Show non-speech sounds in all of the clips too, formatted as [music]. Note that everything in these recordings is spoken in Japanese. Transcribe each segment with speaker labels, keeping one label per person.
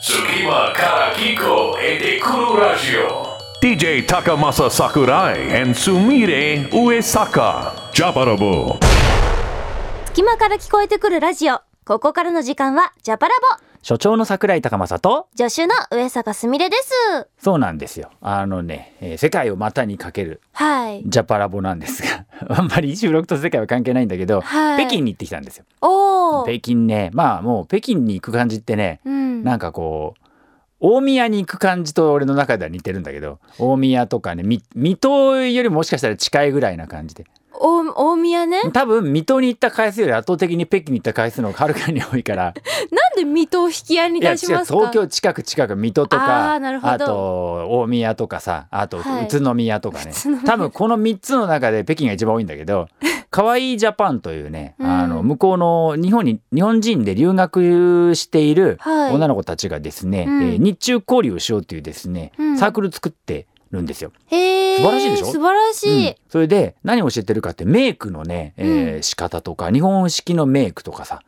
Speaker 1: Tsukima Karakiko e Dekuru Radio.
Speaker 2: DJ Takamasa Sakurai and Sumire Uesaka. Japarabu.
Speaker 3: 隙間から聞こえてくるラジオ。ここからの時間は、ジャパラボ。
Speaker 4: 所長の桜井高政と
Speaker 3: 助手の上坂すみれです。
Speaker 4: そうなんですよあのね、えー世界を股にかける
Speaker 3: はい。
Speaker 4: ジャパラボなんですが [laughs] あんまり収録と世界は関係ないんだけど、
Speaker 3: はい
Speaker 4: 北京に行ってきたんですよ
Speaker 3: おー。
Speaker 4: 北京ねまあもう北京に行く感じってね、
Speaker 3: うん。
Speaker 4: なんかこう大宮に行く感じと俺の中では似てるんだけど大宮とかねみ水戸よりもしかしたら近いぐらいな感じで
Speaker 3: お、大宮ね。
Speaker 4: 多分水戸に行った回数より圧倒的に北京に行った回数の方がはるかに多いから
Speaker 3: なんで水戸を引き合いに
Speaker 4: いや違
Speaker 3: 出
Speaker 4: う
Speaker 3: しますか
Speaker 4: 東京近く近く水戸とか
Speaker 3: あーなるほど
Speaker 4: あと大宮とかさあと宇
Speaker 3: はい
Speaker 4: 都宮とか
Speaker 3: [laughs]
Speaker 4: ね、
Speaker 3: 宇都宮
Speaker 4: 多分この3つの中で北京が一番多いんだけど「かわいいジャパン」というね、
Speaker 3: うん
Speaker 4: あの向こうの日本に日本人で留学している
Speaker 3: はい
Speaker 4: 女の子たちがですね、
Speaker 3: うん
Speaker 4: えー日中交流をしようっていうですね、
Speaker 3: うん
Speaker 4: サークル作ってるんですよ。
Speaker 3: へー。
Speaker 4: 素晴らしいでしょ
Speaker 3: 素晴らし
Speaker 4: うん
Speaker 3: い。
Speaker 4: それで何を教えてるかってメイクのね、えー
Speaker 3: うん
Speaker 4: 仕方とか日本式のメイクとかさ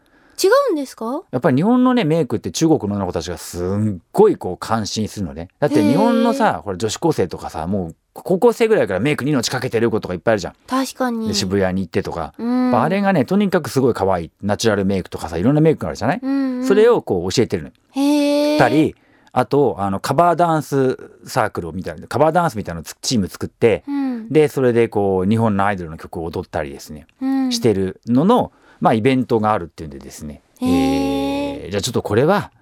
Speaker 3: 違うんですか
Speaker 4: やっぱり日本のねメイクって中国の女の子たちがすんごいこう感心するのねだって日本のさほら女子高生とかさもう高校生ぐらいからメイクに命かけてる子とかいっぱいあるじゃん、
Speaker 3: 確か
Speaker 4: で
Speaker 3: に。
Speaker 4: 渋谷に行ってとか、
Speaker 3: うん。
Speaker 4: あれがねとにかくすごい可愛いナチュラルメイクとかさいろんなメイクがあるじゃない、
Speaker 3: うんうん。
Speaker 4: それをこう教えてるの
Speaker 3: へー。
Speaker 4: たりあとあのカバーダンスサークルみたいなカバーダンスみたいなのつチーム作って
Speaker 3: うん。
Speaker 4: でそれでこう日本のアイドルの曲を踊ったりですね
Speaker 3: うん、
Speaker 4: してるのの、まあ、イベントがあるっていうんでですね、
Speaker 3: へー
Speaker 4: えーじゃあちょっとこれは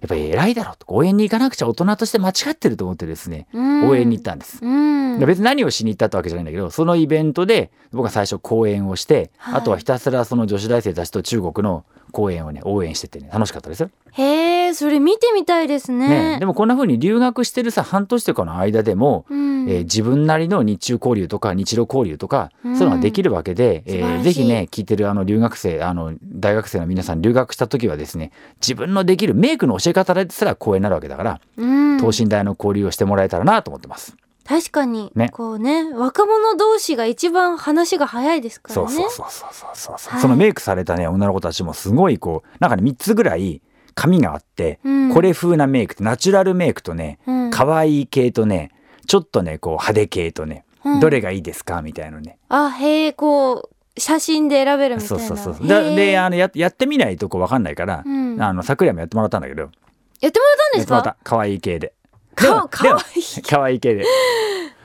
Speaker 4: やっぱり偉いだろうと応援に行かなくちゃ大人として間違ってると思ってですね
Speaker 3: うん、
Speaker 4: 応援に行ったんです。
Speaker 3: うん。
Speaker 4: で別に何をしに行ったってわけじゃないんだけどそのイベントで僕は最初講演をして、
Speaker 3: はい
Speaker 4: あとはひたすらその女子大生たちと中国の講演をね応援しててね楽しかったですよ。
Speaker 3: へー、それ見てみたいですね。
Speaker 4: ねでもこんな風に留学してるさ半年とかの間でも、
Speaker 3: うん。
Speaker 4: えー自分なりの日中交流とか日露交流とか、
Speaker 3: うん
Speaker 4: そういうのができるわけで、え
Speaker 3: 素晴ら
Speaker 4: ー
Speaker 3: しい
Speaker 4: ぜひね聞いてるあの留学生あの大学生の皆さん留学した時はですね自分のできるメイクの教え方ですら光栄になるわけだから、
Speaker 3: うん、
Speaker 4: 等身大の交流をしてもらえたらなと思ってます。
Speaker 3: 確かに、
Speaker 4: ね
Speaker 3: こうね若者同士が一番話が早いですから
Speaker 4: そ
Speaker 3: ね
Speaker 4: うそうそうそうそうそうそう、
Speaker 3: はい
Speaker 4: そのメイクされたね女の子たちもすごいこうなんかね3つぐらい髪があって、
Speaker 3: うん
Speaker 4: これ風なメイクってナチュラルメイクとね
Speaker 3: うん
Speaker 4: 可愛い系とねちょっとねこう派手系とね、
Speaker 3: うん
Speaker 4: どれがいいですかみたいなのね
Speaker 3: あへえこう写真で選べるみたいな
Speaker 4: そうそうそう
Speaker 3: だ
Speaker 4: だであのややってみないとこう分かんないから、
Speaker 3: うん
Speaker 4: あの桜井もやってもらったんだけど
Speaker 3: やってもらったん
Speaker 4: や
Speaker 3: で
Speaker 4: っ
Speaker 3: す
Speaker 4: てもらっ
Speaker 3: か
Speaker 4: た可愛い系で
Speaker 3: かかわいい
Speaker 4: 可愛い系で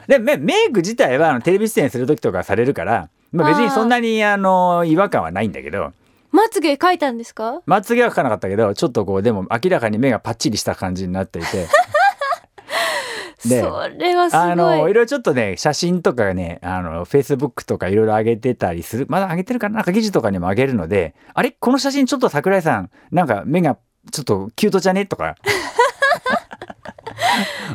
Speaker 4: でメメイク自体はあのテレビ出演する時とかされるから、まあ、別にそんなにあの違和感はないんだけど
Speaker 3: まつげ描いたんですか
Speaker 4: まつげは描かなかったけどちょっとこうでも明らかに目がパッチリした感じになっていてで
Speaker 3: それ [laughs] はす
Speaker 4: あ
Speaker 3: ご
Speaker 4: のい
Speaker 3: い
Speaker 4: ろいろちょっとね写真とかねあのフェイスブックとかいろいろ上げてたりするまだ上げてるかななんか記事とかにも上げるのであれこの写真ちょっと桜井さんなんか目がちょっとキュートじゃねとか [laughs]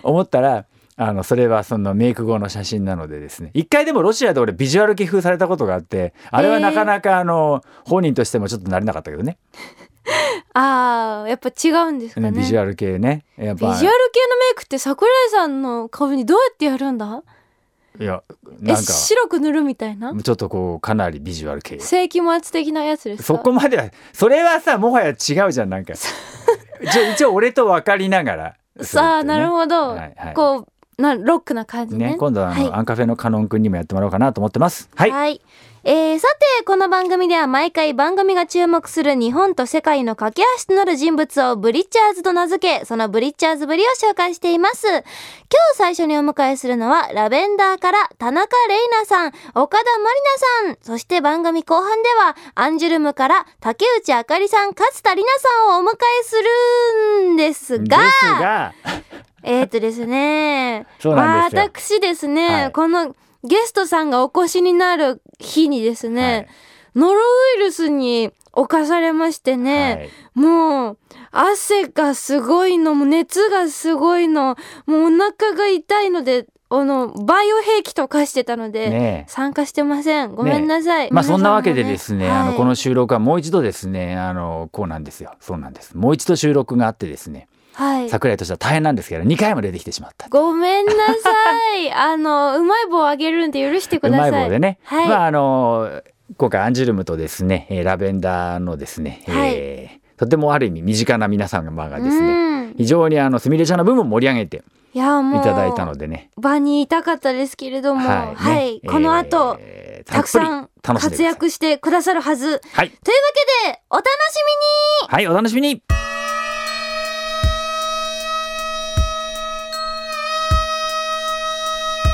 Speaker 4: 思ったらあのそれはそのメイク後の写真なのでですね一回でもロシアで俺ビジュアル寄付されたことがあってあれはなかなかあの本人としてもちょっとなれなかったけどね
Speaker 3: あーやっぱ違うんですかね
Speaker 4: うんビジュアル系ねやっ
Speaker 3: ビジュ
Speaker 4: ぱ
Speaker 3: アル系のメイクって桜井さんの顔にどうやってやるんだ
Speaker 4: いや
Speaker 3: え
Speaker 4: なんかち
Speaker 3: 白く塗るみたいな
Speaker 4: ょっとこうかなりビジュアル系
Speaker 3: 世紀末的なやつですか
Speaker 4: そこまではそれはさもはや違うじゃんなんか一応一応俺と分かりながら
Speaker 3: さあ、なるほど、
Speaker 4: はいはい
Speaker 3: こうなロックな感じね
Speaker 4: ね今度はあの、
Speaker 3: はい
Speaker 4: アンカフェのカノンくんにもやってもらおうかなと思ってますはい、
Speaker 3: はい。えーさて、この番組では毎回番組が注目する日本と世界の架け橋となる人物をブリッチャーズと名付け、そのブリッチャーズぶりを紹介しています。今日最初にお迎えするのは、ラベンダーから田中玲奈さん、岡田まりなさん、そして番組後半では、アンジュルムから竹内あかりさん、勝田里奈さんをお迎えするんです
Speaker 4: です
Speaker 3: が、
Speaker 4: が、
Speaker 3: えー、とですね
Speaker 4: そうなんですよ
Speaker 3: 私ですね、
Speaker 4: はい
Speaker 3: このゲストさんがお越しになる日にですね、
Speaker 4: はい
Speaker 3: ノロウイルスに侵されましてね、もう汗がすごいのも熱がすごいのもうお腹が痛いのであのバイオ兵器と化してたので、
Speaker 4: ねえ
Speaker 3: 参加してませんごめんなさい、
Speaker 4: まあそんなわけで
Speaker 3: 皆様も
Speaker 4: ですね、
Speaker 3: はい
Speaker 4: あのこの収録はもう一度ですねあのこうなんですよそうなんですもう一度収録があってですね
Speaker 3: はい
Speaker 4: 桜井としては大変なんですけど2回も出てきてしまった
Speaker 3: ごめんなさいあのうまい棒あげるんで許してく
Speaker 4: う
Speaker 3: だ
Speaker 4: ま
Speaker 3: さい
Speaker 4: い棒でね、
Speaker 3: はい
Speaker 4: まああの今回アンジュルムとですねえーラベンダーのですね、
Speaker 3: はい
Speaker 4: えーとてもある意味身近な皆さんがですね、
Speaker 3: うん
Speaker 4: 非常にあのすみれちゃんの分も盛り上げて
Speaker 3: いや
Speaker 4: い
Speaker 3: もう
Speaker 4: ただいたのでね。
Speaker 3: 場にいたかったですけれどもはい、
Speaker 4: ね
Speaker 3: この後、
Speaker 4: えー
Speaker 3: たくさん
Speaker 4: たっぷり楽し
Speaker 3: 活
Speaker 4: んでください
Speaker 3: 躍してくださるはずというわ
Speaker 4: はい、
Speaker 3: けでお楽しみに
Speaker 4: はい、お楽しみに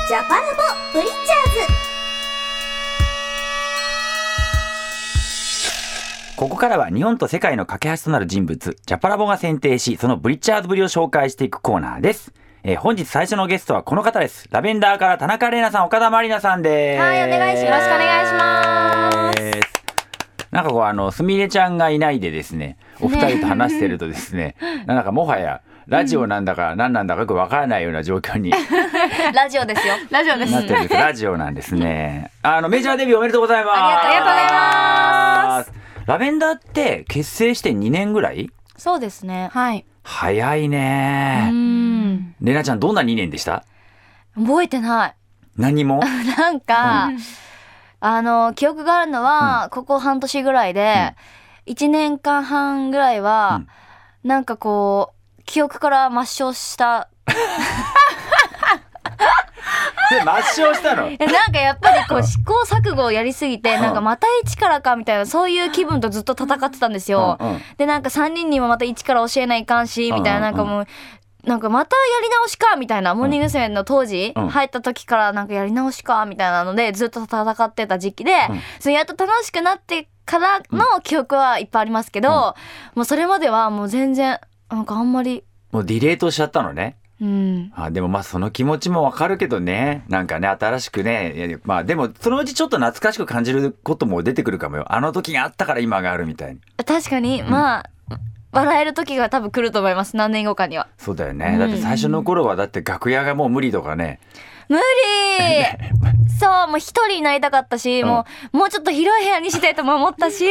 Speaker 3: ジャパラボブリッチャーズ
Speaker 4: ここからは日本と世界の架け橋となる人物、ジャパラボが選定し、そのブリッチャーズぶりを紹介していくコーナーです。えー本日最初のゲストはこの方です。ラベンダーから田中玲奈さん、岡田まりなさんです。
Speaker 3: はいお願いしますよろしくお願いします
Speaker 4: なんかこう、あの、すみれちゃんがいないでですね、お二人と話してるとですね、 [laughs] なんかもはや、ラジオなんだか何なんだかよくわからないような状況になって
Speaker 5: ラジ
Speaker 3: [laughs]
Speaker 5: オですよ。ラジオです。
Speaker 4: るんです。ラジオなんですね。あの、メジャーデビューおめでとうございます。
Speaker 5: ありがとうござい
Speaker 4: います。ラベンダーって結成して2年ぐらい
Speaker 5: そうですね。はい。
Speaker 4: 早いね
Speaker 5: ん。
Speaker 4: レナちゃんどんな2年でした
Speaker 5: 覚えてない。
Speaker 4: 何 [laughs] も
Speaker 5: [laughs] なんか、あの、記憶があるのは、ここ半年ぐらいで、一1年間半ぐらいは、なんかこう、記憶から抹消した。
Speaker 4: で抹消したの
Speaker 5: えなんかやっぱりこう、試行錯誤をやりすぎて、なんかまた一からかみたいな、そういう気分とずっと戦ってたんですよ。
Speaker 4: うんうん
Speaker 5: で、なんか3人にもまた一から教えないかんし、みたいな、
Speaker 4: うんうん
Speaker 5: なんかもう、なんかまたやり直しかみたいなモーニング娘。の当時、
Speaker 4: うん
Speaker 5: 入った時からなんかやり直しかみたいなのでずっと戦ってた時期で、
Speaker 4: ん
Speaker 5: それやっと楽しくなってからの記憶はいっぱいありますけど、もうそれまではもう全然なんかあんまり
Speaker 4: もうディレートしちゃったのね
Speaker 5: うん
Speaker 4: あでもまあその気持ちもわかるけどねなんかね新しくねいやいやまあでもそのうちちょっと懐かしく感じることも出てくるかもよあの時があったから今があるみたいに
Speaker 5: 確かに、まあ笑える時が多分来ると思います何年後かには
Speaker 4: そうだよね、だって最初の頃はだって楽屋がもう無理とかね
Speaker 5: 無理
Speaker 4: [laughs]
Speaker 5: そうもう一人になりたかったし、
Speaker 4: うん
Speaker 5: もうもうちょっと広い部屋にしてとも思ったし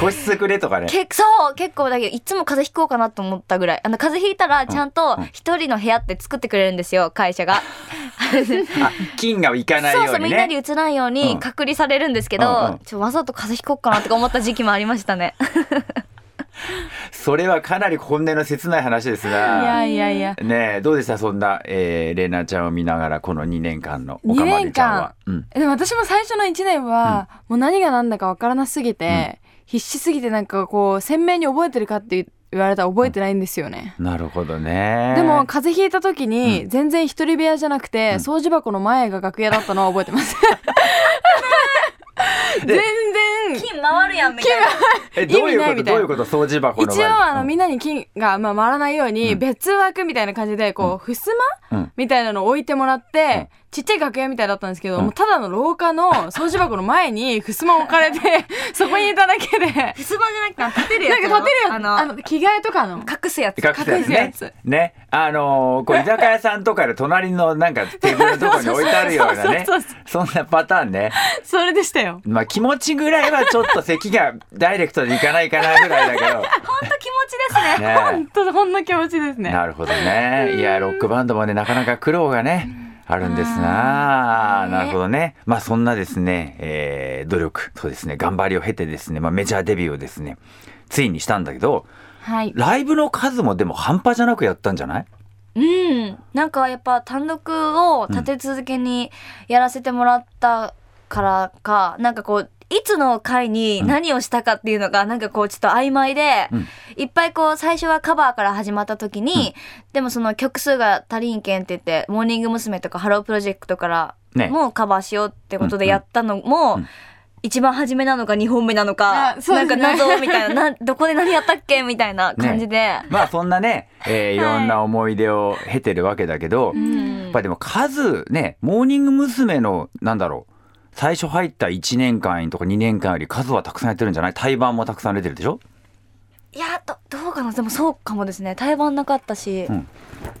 Speaker 4: 個室くれとかね
Speaker 5: 結構結構だけどいつも風邪ひこうかなと思ったぐらいあの風邪ひいたらちゃんと一人の部屋って作ってくれるんですよ
Speaker 4: [laughs]
Speaker 5: 会社が
Speaker 4: あ金がいかないよう
Speaker 5: そう
Speaker 4: にね
Speaker 5: そうみんなにうつないよう
Speaker 4: うん
Speaker 5: に隔離されるんですけど、
Speaker 4: うんうん
Speaker 5: ちょわざと風邪ひこうかなとか思った時期もありましたね
Speaker 4: それはかなり本音の切ない話ですが
Speaker 5: いやいや
Speaker 4: ねえどうでしたそんな、えー、レナちゃんを見ながらこの2年間の
Speaker 6: 2
Speaker 4: 岡まり
Speaker 6: 年
Speaker 4: ちゃんはう
Speaker 6: 間、、
Speaker 4: ん、
Speaker 6: でも私も最初の1年は、もう何が何だか分からなすぎて、必死すぎてなんかこう鮮明に覚えてるかって言われたら覚えてないんですよね、
Speaker 4: なるほどね
Speaker 6: でも風邪ひいた時に全然一人部屋じゃなくて、掃除箱の前が楽屋だったのは覚えてます
Speaker 4: [laughs]
Speaker 6: [laughs] 全然
Speaker 5: 金回るやんみたいな
Speaker 4: えどういう
Speaker 6: 意味な
Speaker 4: こ
Speaker 6: い
Speaker 4: と
Speaker 6: み
Speaker 4: ど
Speaker 6: たいうな
Speaker 4: いうこと掃除箱の
Speaker 6: 一
Speaker 4: 前
Speaker 6: 応あの
Speaker 4: うん
Speaker 6: みんなに菌がまあ回らないように別枠みたいな感じでこうふす
Speaker 4: う
Speaker 6: ま
Speaker 4: ん
Speaker 6: みたいなのを置いてもらっ
Speaker 4: うん
Speaker 6: てちっちゃい楽屋みたいだったんですけど
Speaker 4: ん
Speaker 6: もうただの廊
Speaker 4: [laughs]
Speaker 6: 下の掃除箱の前にふすま置かれてそこにいただけでなんか
Speaker 5: ふすまじゃなくてあの立てる
Speaker 6: 立てるよ
Speaker 5: あの
Speaker 6: あの着替えとかの
Speaker 5: 隠すやつ
Speaker 4: 隠すやつ
Speaker 6: 隠
Speaker 4: ね
Speaker 6: すや
Speaker 4: ねあのーこう居酒屋さんとかで隣のなんかテーブルのとこに置いてあるようなね
Speaker 6: そうそうそう
Speaker 4: そんなパターンね
Speaker 6: それでしたよ
Speaker 4: まあ気持ちぐらいはちょっと咳がダイレクトでいかないかなぐらいだけど
Speaker 5: 本当気持ちですね
Speaker 4: ね
Speaker 6: ただほんの気持ちですね
Speaker 4: なるほどね。いや、ロックバンドもね、なかなか苦労がね、あるんですな。なるほどね。まあ、そんなですね、えー努力、そうですね、頑張りを経てですね、まあ、メジャーデビューをですね、ついにしたんだけど、
Speaker 5: はい
Speaker 4: ライブの数もでも半端じゃなくやったんじゃない
Speaker 5: うん、なんかやっぱ単独を立て続けにやらせてもらったからか、なんかこういつの回に何をしたかっていうのがなんかこうちょっと曖昧で、
Speaker 4: うん
Speaker 5: いっぱいこう最初はカバーから始まった時に、でもその曲数が足りんけんって言って「モーニング娘。」とか「ハロープロジェクト」から
Speaker 4: ね
Speaker 5: もうカバーしようってことでやったの
Speaker 4: う
Speaker 5: も
Speaker 4: んうん。
Speaker 5: 一番初めなのか2本目なのか、
Speaker 6: あそう
Speaker 5: な
Speaker 6: で
Speaker 5: んか
Speaker 6: すね
Speaker 5: 謎みたいなな [laughs] どこで何やったっけみたいな感じで、 [laughs]
Speaker 4: まあ、そんなね、えーいろんな思い出を経てるわけだけど、やっぱりでも数ね、モーニング娘。の、なんだろう、最初入った1年間とか2年間より数はたくさんやってるんじゃない対バンもたくさん出てるでしょ
Speaker 5: いやどどうかなでもそうかもですね対バンなかったし、
Speaker 4: ん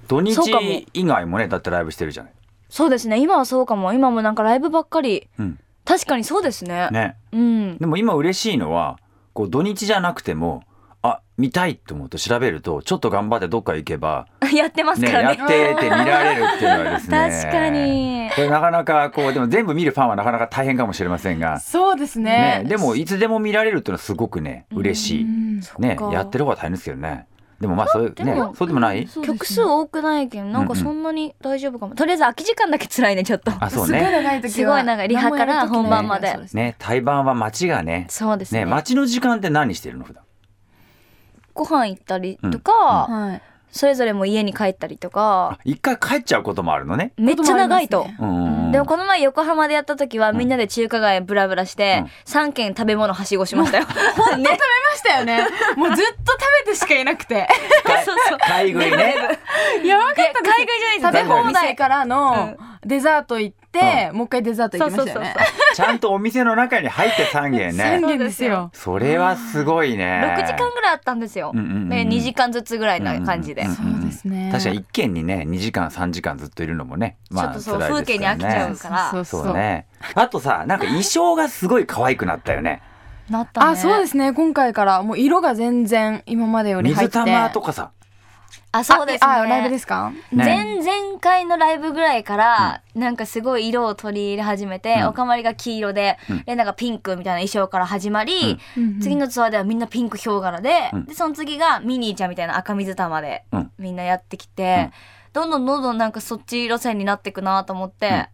Speaker 4: 土日
Speaker 5: そうかも
Speaker 4: 以外もね、だってライブしてるじゃない。
Speaker 5: そうですね今はそうかも今もなんかライブばっかり
Speaker 4: うん、
Speaker 5: 確かにそうですね
Speaker 4: ね
Speaker 5: うん [laughs]
Speaker 4: でも今嬉しいのはこう土日じゃなくてもあ見たいって思うと調べるとちょっと頑張ってどっか行けば、
Speaker 5: やってます
Speaker 4: ね、
Speaker 5: か
Speaker 4: や
Speaker 5: らね
Speaker 4: ってって見られるっていうのはですね
Speaker 5: [laughs] 確かに
Speaker 4: これなかなかこうでも全部見るファンはなかなか大変かもしれませんが、
Speaker 6: そうです
Speaker 4: ね
Speaker 6: ね
Speaker 4: でもいつでも見られるっていうのはすごくね嬉しい、ね
Speaker 5: そっか
Speaker 4: やってる方が大変ですけどねでもまあそういう
Speaker 5: で
Speaker 4: ね
Speaker 5: も
Speaker 4: そうでもない
Speaker 5: 曲数多くないけどなんかそんなに大丈夫かも、とりあえず空き時間だけ辛いねちょっと
Speaker 4: あそう
Speaker 6: すごい
Speaker 4: ね
Speaker 6: 長い時は
Speaker 5: すごい長いリハから本番まで
Speaker 6: そうすね
Speaker 4: ね対バンは街がね
Speaker 5: そうですね
Speaker 4: ね街の時間って何してるの普段
Speaker 5: ご飯行ったりとか、
Speaker 6: はい
Speaker 5: それぞれも家に帰ったりとか
Speaker 4: あ一回帰っちゃうこともあるのね
Speaker 5: めっちゃ長いと。
Speaker 6: こと
Speaker 4: う
Speaker 6: もあります
Speaker 4: んうんうん
Speaker 5: でもこの前横浜でやった時はみんなで中華街ブラブラし
Speaker 4: う
Speaker 5: て
Speaker 4: ん
Speaker 5: 3軒食べ物はしごしま [laughs] したよ。ね、
Speaker 6: 食べましたよねもうずっと食べてしかいなくて
Speaker 4: か
Speaker 5: そうそう。
Speaker 4: 買い食いね
Speaker 6: やばかったです
Speaker 5: 海外じゃな
Speaker 6: 食
Speaker 5: いで
Speaker 6: べ
Speaker 5: すよ
Speaker 6: 放題からのデザート行って、もう一回デザート行きましたよね
Speaker 5: そう
Speaker 4: ちゃんとお店の中に入って3軒ね
Speaker 6: 宣言ですよ
Speaker 4: それはすごいね
Speaker 5: 6時間ぐらいあったんですよ。
Speaker 4: うんうんうん
Speaker 5: で2時間ずつぐらいな感じで。
Speaker 4: うんんん
Speaker 6: そうですね
Speaker 4: 確かに一軒にね2時間3時間ずっといるのもね
Speaker 5: ちょ
Speaker 4: ま
Speaker 5: っ
Speaker 4: あ辛いで
Speaker 5: と
Speaker 4: す
Speaker 5: そう、
Speaker 4: からね
Speaker 5: 風景に飽きちゃうから。
Speaker 6: そうそう
Speaker 4: そ
Speaker 6: そう
Speaker 4: うねあとさなんか衣装がすごい可愛くなったよね
Speaker 5: なったね。。
Speaker 6: あそうですすね今回からもう色が全然今までより入
Speaker 4: 水
Speaker 6: って
Speaker 4: 玉とかさ
Speaker 5: あそうですね。
Speaker 6: ああライブですか
Speaker 4: ね
Speaker 5: 前々回のライブぐらいから、なんかすごい色を取り入れ始めて、
Speaker 4: うん
Speaker 5: おかまりが黄色で、
Speaker 4: うん
Speaker 5: レナがピンクみたいな衣装から始まり、
Speaker 6: うん
Speaker 5: 次のツアーではみんなピンクヒョウ柄で,、
Speaker 4: うん
Speaker 5: でその次がミニーちゃんみたいな赤水玉で
Speaker 4: うん
Speaker 5: みんなやってきて、どんどんどんどんなんかそっち路線になっていくなと思って、
Speaker 4: ん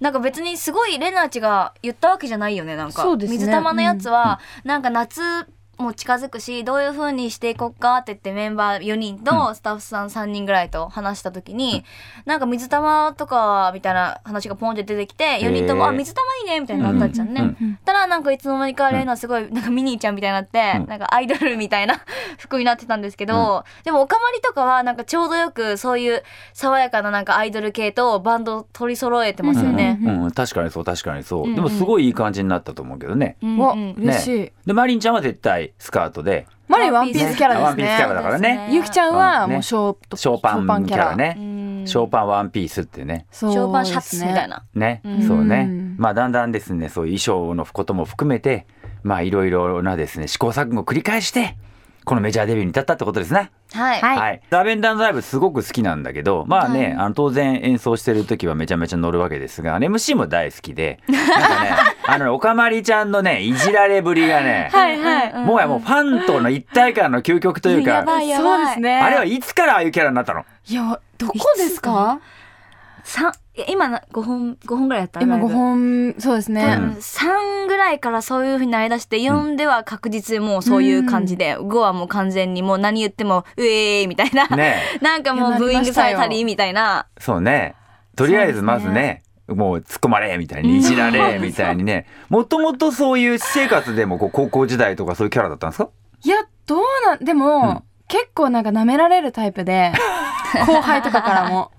Speaker 5: なんか別にすごいレナちが言ったわけじゃないよねなんか
Speaker 6: そうですね
Speaker 5: 水玉のやつは、なんか夏も近づくしどういう風にしていこうかって言ってメンバー4人とスタッフさん3人ぐらいと話した時に、なんか水玉とかみたいな話がポンって出てきて4人とも
Speaker 4: へー
Speaker 5: 「あ水玉いいね」みたいになったんじゃんね。
Speaker 4: うんうん
Speaker 5: たらなんかいつの間にかレイナすごいなんかミニーちゃんみたいになって、
Speaker 4: うん
Speaker 5: なんかアイドルみたいな [laughs] 服になってたんですけど、でもおかまりとかはなんかちょうどよくそういう爽やかななんかアイドル系とバンド取り揃えてますよね。
Speaker 4: うんうん確かにそう確かにそう、
Speaker 5: うん
Speaker 4: でもすごいいい感じになったと思うけどね、
Speaker 5: うん
Speaker 6: わ
Speaker 5: うん
Speaker 6: 嬉しい
Speaker 4: でマリンちゃんは絶対スカートで
Speaker 6: マリンワンピースキャ
Speaker 4: ワ
Speaker 6: ラ
Speaker 4: ン
Speaker 6: で
Speaker 4: ピースキ
Speaker 6: す
Speaker 4: ャラ
Speaker 6: ね
Speaker 4: だからね
Speaker 5: ね
Speaker 6: ゆきちゃん
Speaker 4: う
Speaker 6: は
Speaker 4: んね
Speaker 6: もうショート
Speaker 4: ショーパンキャラね
Speaker 5: うん
Speaker 4: ショーパンワンピースってね
Speaker 6: シ
Speaker 5: ショーパンシャツみたいな。
Speaker 4: ね、
Speaker 5: うん
Speaker 4: そうね
Speaker 6: うん
Speaker 4: まあだんだんですねそういう衣装のことも含めてまあいろいろなですね試行錯誤を繰り返してこのメジャーデビューに至ったってことですね
Speaker 5: はい。
Speaker 4: はい、ラベンダーのライブすごく好きなんだけどまあね、あの当然演奏してる時はめちゃめちゃ乗るわけですが MC も大好きでなんかねあのおかまりちゃんのねいじられぶりがね、
Speaker 5: はいはい。
Speaker 4: もはやもうファンとの一体感の究極という
Speaker 5: や
Speaker 4: か
Speaker 5: ばいやばい。
Speaker 6: そうですね
Speaker 4: あれはいつからああいうキャラになったの
Speaker 6: いやどこですか
Speaker 5: 三え今な五本五本ぐらいやった。
Speaker 6: 今
Speaker 5: ライブ
Speaker 6: 5。本そうですね、
Speaker 4: うん
Speaker 5: 3ぐらいからそういうふうになりだして4では確実にもうそういう感じで、5はもう完全にもう何言っても「うえー」みたいな、
Speaker 4: ねえ
Speaker 5: [laughs] なんかもうブーイングされたりみたいな。
Speaker 4: そうねとりあえずまずねもう突っ込まれみたいにいじられみたいにねもともとそういう私生活でもこう高校時代とかそういうキャラだったんですか
Speaker 6: いやどうなんでも、
Speaker 4: うん
Speaker 6: 結構なんか舐められるタイ
Speaker 4: [laughs]
Speaker 6: プで後輩とかからも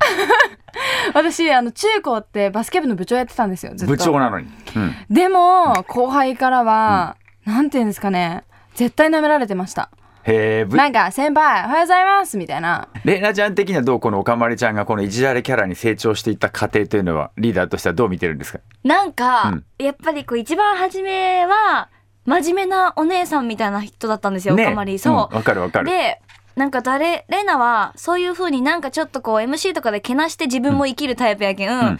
Speaker 6: [laughs] 私あの中高ってバスケ部の部長やってたんですよずっと
Speaker 4: 部長なのに、うん、
Speaker 6: でも後輩からは、なんていうんですかね絶対舐められてました
Speaker 4: へえぶ
Speaker 6: なんか「先輩おはようございます」みたいな
Speaker 4: レイナちゃん的にはどうこのおかまりちゃんがこのいじられキャラに成長していった過程というのはリーダーとしてはどう見てるんですか
Speaker 5: なんか、
Speaker 4: うん
Speaker 5: やっぱりこう一番初めは真面目なお姉さんみたいな人だったんですよ、おかまり。
Speaker 4: ん
Speaker 5: そ
Speaker 4: わ
Speaker 5: う、、
Speaker 4: かるわかる
Speaker 5: でなんか誰レナはそういう風になんかちょっとこう MC とかでけなして自分も生きるタイプやけん、
Speaker 4: ん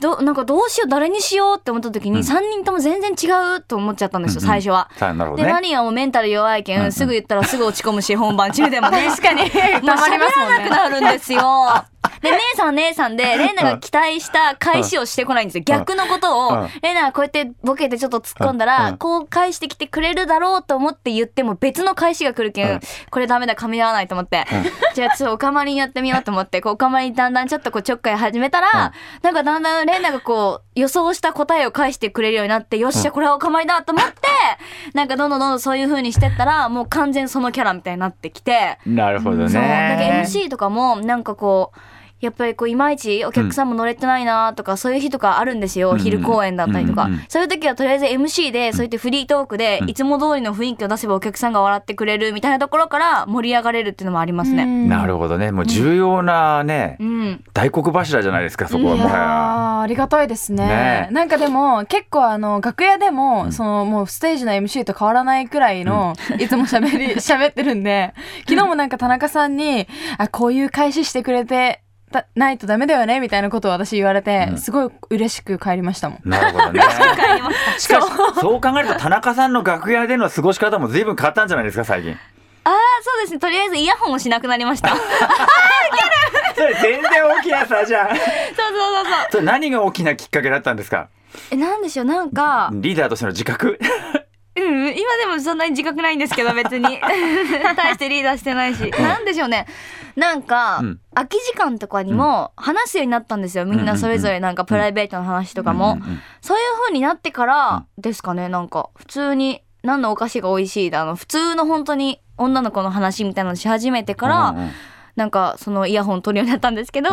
Speaker 5: どなんかどうしよう誰にしようって思った時に3人とも全然違うと思っちゃったんですよ、
Speaker 4: うんうん
Speaker 5: 最初は。
Speaker 4: さあなるほど
Speaker 5: で、マ
Speaker 4: ね
Speaker 5: リンはもうメンタル弱いけん、すぐ言ったらすぐ落ち込むし、本番中でもね。確かに。もう喋
Speaker 6: まりますもん
Speaker 5: ら
Speaker 6: ね
Speaker 5: なくなるんです
Speaker 6: [laughs]
Speaker 5: よ。で、姉さんは姉さんで、レイナが期待した返しをしてこないんですよ。逆のこと
Speaker 4: う
Speaker 5: を
Speaker 4: ん、
Speaker 5: レイナがこうやってボケてちょっと突っ込んだ
Speaker 4: う
Speaker 5: ら
Speaker 4: ん、
Speaker 5: こう返してきてくれるだろうと思って言っても別の返しが来るけ
Speaker 4: うんん、
Speaker 5: これダメだ、噛み合わないと思って。じゃあちょっとおかまりにやってみようと思って、こうおかまりにだんだんちょっとこうちょっかい始めたら、なんかだんだんレイナがこう予想した答えを返してくれるようになって、よっしゃ、これはおかまりだと思って、なんかどんどんどんどんそういう風にしてったら、もう完全そのキャラみたいになってきて、
Speaker 4: なるほど
Speaker 5: そう。だけど
Speaker 4: ね
Speaker 5: MC とかも、なんかこう、やっぱりこういまいちお客さんも乗れてないなとか、そういう日とかあるんですよ、
Speaker 4: うん
Speaker 5: 昼公演だったりとか、
Speaker 4: うんうん
Speaker 5: そういう時はとりあえず MC でそうやってフリートークで、いつも通りの雰囲気を出せばお客さんが笑ってくれるみたいなところから盛り上がれるっていうのもありますね。
Speaker 4: なるほどねもう重要なね、
Speaker 5: うん、
Speaker 4: 大黒柱じゃないですかそこはいも
Speaker 6: や
Speaker 4: はや
Speaker 6: ーありがたいですね
Speaker 4: ねえ
Speaker 6: なんかでも結構あの楽屋でも、そのもうステージの MC と変わらないくらいの、 [laughs] いつもしゃべ
Speaker 4: [laughs]
Speaker 6: り喋ってるんで昨日もなんか田中さんにあこういう返ししてくれてたないとダメだよねみたいなことを私言われて、
Speaker 4: うん
Speaker 6: すごい嬉しく帰りましたもん。
Speaker 4: なるほど
Speaker 5: [laughs]
Speaker 4: ねしかしそう考えると田中さんの楽屋での過ごし方も随分変わったんじゃないですか最近
Speaker 5: ああそうですねとりあえずイヤホンをしなくなりました
Speaker 4: [laughs]
Speaker 5: そうそう
Speaker 4: それ全然大きな差
Speaker 5: [laughs]
Speaker 4: じゃん
Speaker 5: そうそう
Speaker 4: それ何が大きなきっかけだったんですか
Speaker 5: えなんでしょうなんか
Speaker 4: リーダーとしての自覚
Speaker 5: うん今でもそんなに自覚ないんですけど [laughs] 別に大してリーダーしてないしなんでしょうねなんか、
Speaker 4: うん
Speaker 5: 空き時間とかにも話すようになったんですよみんなそれぞれなんかプライベートの話とか
Speaker 4: う
Speaker 5: も、
Speaker 4: んうんうん
Speaker 5: そういう風になってからですかねなんか普通に何のお菓子が美味しいだあの普通の本当に女の子の話みたいなのし始めてから、
Speaker 4: うんうん
Speaker 5: なんかそのイヤホン取るようになったんですけど、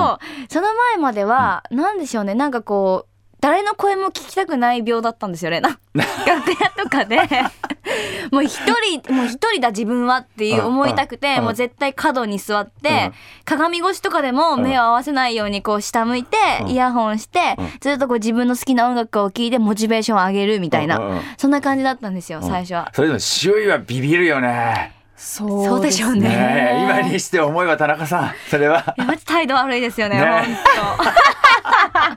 Speaker 5: その前までは何でしょうねなんかこう誰の声も聞きたくない病だったんですよ
Speaker 4: [laughs]
Speaker 5: ねな楽屋とかでもう一人もう一人だ自分はっていう思いたくて
Speaker 4: うん
Speaker 5: もう絶対角に座っ
Speaker 4: う
Speaker 5: て
Speaker 4: ん
Speaker 5: 鏡越しとかでも目を合わせないようにこう下向いて
Speaker 4: うん
Speaker 5: イヤホンして
Speaker 4: うん
Speaker 5: ずっとこう自分の好きな音楽を聴いてモチベーションを上げるみたい
Speaker 4: うんうんうん
Speaker 5: なそんな感じだったんですよ
Speaker 4: うん
Speaker 5: 最初は。
Speaker 4: それでも周囲はビビるよね
Speaker 6: そう
Speaker 5: そうでしょうね
Speaker 4: ねえ今にして思いは田中さんそれは
Speaker 5: [laughs] いやマジ態度悪いですよね
Speaker 4: ね
Speaker 5: 本当。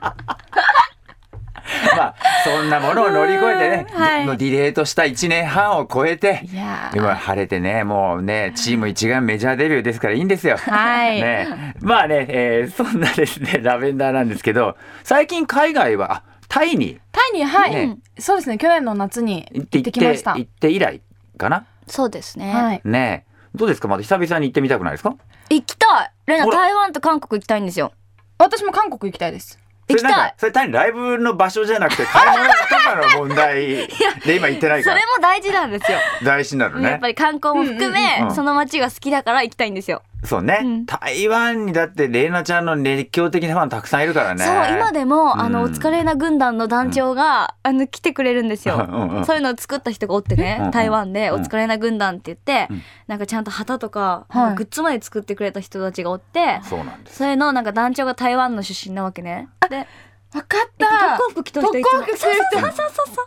Speaker 4: まあそんなものを乗り越えてね、
Speaker 5: はい
Speaker 4: のディレートした1年半を超えて
Speaker 6: いやー
Speaker 4: 今晴れてねもうねチーム一丸メジャーデビューですからいいんですよ。
Speaker 6: は
Speaker 4: [laughs]
Speaker 6: い
Speaker 4: ね、まあね、えーそんなですね [laughs] ラベンダーなんですけど最近海外はあタイに
Speaker 6: タイにはい、
Speaker 4: ね
Speaker 6: そうですね去年の夏に
Speaker 4: 行って
Speaker 6: 行ってきました
Speaker 4: 行って以来かな
Speaker 5: そうですね
Speaker 6: はい
Speaker 4: ねどうですかまた久々に行ってみたくないですか
Speaker 5: 行きたいレナ
Speaker 4: ほら
Speaker 5: 台湾と韓国行きたいんですよ
Speaker 6: 私も韓国行きたいです
Speaker 4: それ
Speaker 5: 行き
Speaker 4: なん
Speaker 5: たい
Speaker 4: かそれ単にライブの場所じゃなくて買い物とかの問題で今行ってない
Speaker 5: [laughs] そ
Speaker 4: か
Speaker 5: れ
Speaker 4: ら
Speaker 5: も大事なんですよ、
Speaker 4: 大事なの
Speaker 5: や
Speaker 4: [laughs] ね
Speaker 5: っぱり観光も含め、
Speaker 4: うんうんうん
Speaker 5: その街が好きだから行きたいんですよ、
Speaker 4: そうね、
Speaker 5: うん
Speaker 4: 台湾にだって玲奈ちゃんの熱狂的なファンたくさんいるからね
Speaker 5: そう今でも、あの
Speaker 4: う
Speaker 5: お
Speaker 4: ん
Speaker 5: 疲れな軍団の団長が、あの来てくれるんですよ、
Speaker 4: うんうん
Speaker 5: そういうのを作った人がおってね、
Speaker 4: うんうん
Speaker 5: 台湾で「
Speaker 4: う
Speaker 5: お
Speaker 4: ん
Speaker 5: 疲れな軍団」って言って、
Speaker 4: うん
Speaker 5: なんかちゃんと旗とか,、
Speaker 6: はい
Speaker 5: グッズまで作ってくれた人たちがおって、
Speaker 4: そうなんです
Speaker 5: それのなんか団長が台湾の出身なわけねで
Speaker 6: わかっ
Speaker 5: 特
Speaker 6: た
Speaker 5: 攻服着とる人いつも
Speaker 6: 特攻服着てる人
Speaker 5: そうそうそうそうそう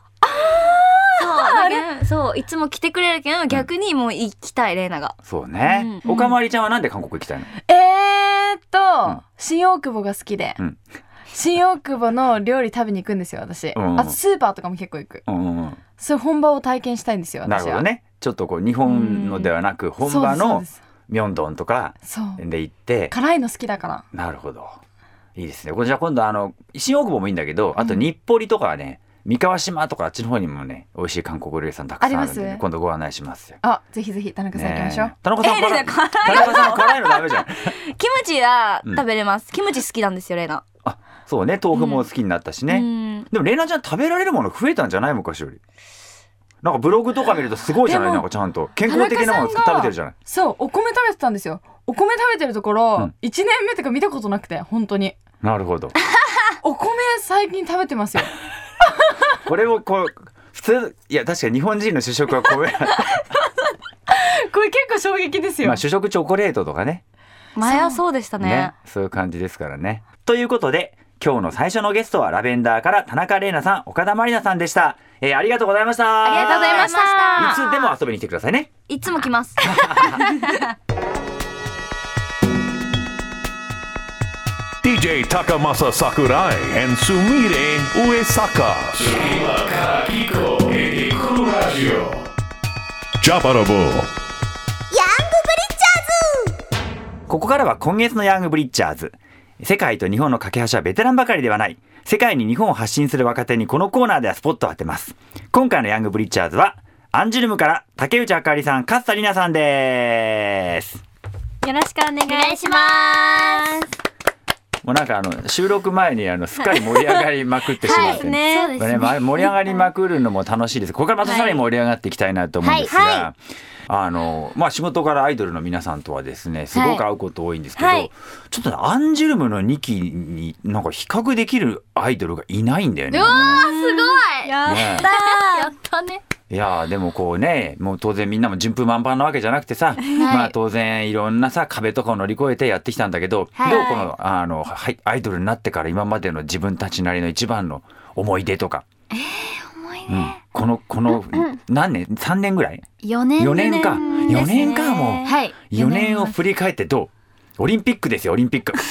Speaker 5: ああれそういつも着てくれるけど逆にもう行きたいレイナが
Speaker 4: そうね、
Speaker 5: うん
Speaker 4: おかまりちゃんはなんで韓国行きたいの、
Speaker 6: えーっと、
Speaker 4: うん
Speaker 6: 新大久保が好きで、
Speaker 4: うん
Speaker 6: 新大久保の料理食べに行くんですよ私、
Speaker 4: うん
Speaker 6: あとスーパーとかも結構行く
Speaker 4: うんうんう
Speaker 6: そういう本場を体験したいんですよ
Speaker 4: ん、なる
Speaker 6: 私
Speaker 4: ほ
Speaker 6: は
Speaker 4: どねちょっとこう日本のではなく本場
Speaker 6: そう
Speaker 4: の
Speaker 6: です
Speaker 4: 明洞とか
Speaker 6: そうですそう
Speaker 4: で行って
Speaker 6: 辛いの好きだから
Speaker 4: なるほどいいですねこれじゃあ今度あの新大久保もいいんだけどあと日暮里とかはね、三河島とかあっちの方にもね美味しい韓国料理屋さんたくさんあるんで、
Speaker 6: ありま
Speaker 4: ね、
Speaker 6: す
Speaker 4: 今度ご案内しますよ。
Speaker 6: あぜひぜひ田中さん行きましょう、
Speaker 4: ねえ田中さん
Speaker 5: え
Speaker 4: 辛い
Speaker 5: ー辛い
Speaker 4: 田中さん辛いのダメじゃん。
Speaker 5: キムチは食べれます、キムチ好きなんですよレイナ
Speaker 4: あそうね豆腐も好きになったしね。
Speaker 5: うん
Speaker 4: でもレイナちゃん食べられるもの増えたんじゃない昔より。なんかブログとか見るとすごいじゃない
Speaker 6: で
Speaker 4: なん
Speaker 6: も
Speaker 4: かちゃんと健康的なもの
Speaker 6: 田中さんが
Speaker 4: 食べてるじゃない。
Speaker 6: そうお米食べてたんですよお米食べてるところ、
Speaker 4: うん
Speaker 6: 1年目とか見たことなくて本当に
Speaker 4: なるほど。
Speaker 6: お米最近食べてますよ
Speaker 4: これをこう普通いや確かに日本人の主食は米。
Speaker 6: これ結構衝撃です
Speaker 4: [laughs]
Speaker 6: よ、
Speaker 4: まあ主食チョコレートとかね。
Speaker 5: 前はそうでしたね
Speaker 4: ね、そういう感じですからね。ということで、今日の最初のゲストはラベンダーから田中玲奈さん、岡田まりなさんでした。えーありがとうございました。
Speaker 5: ありがとうございました
Speaker 4: いつでも遊びに来てくださいね。
Speaker 5: いつも来ます
Speaker 2: DJ Takamasa Sakurai and Sumire Uesaka.
Speaker 1: 次はカラキコエデクルラジオ
Speaker 2: Jabarabo.
Speaker 4: ここからは今月のヤングブリッジャーズ。世界と日本の架け橋はベテランばかりではない。世界に日本を発信する若手にこのコーナーではスポットを当てます。今回のヤングブリッジャーズは、アンジュルムから竹内あかりさん、勝田里奈さんです。
Speaker 5: よろしくお願いします
Speaker 4: もうなんかあの収録前にあのすっかり盛り上がりまくってしまって、
Speaker 5: そうです
Speaker 4: これま盛り上がりまくるのも楽しいです。ここからまたさらに盛り上がっていきたいなと思うんですが、
Speaker 5: はいは
Speaker 4: あのまあ仕事からアイドルの皆さんとはですね、すごく会うこと多いんですけど、
Speaker 5: はい
Speaker 4: ちょっとねアンジュルムの2期になんか比較できるアイドルがいないんだよね。
Speaker 5: すごいやっ
Speaker 4: ね
Speaker 5: たやったね
Speaker 4: いやーでもこうねもう当然みんなも順風満帆なわけじゃなくてさ、まあ当然いろんなさ壁とかを乗り越えてやってきたんだけど、
Speaker 5: はい
Speaker 4: どうこのあのはいアイドルになってから今までの自分たちなりの一番の思い出とか、
Speaker 5: 重い
Speaker 4: うんこのこの何年3年ぐらい
Speaker 5: 4年
Speaker 4: 4年か4年かも
Speaker 5: はい
Speaker 4: 4年を振り返ってどうオリンピックですよオリンピック
Speaker 7: 確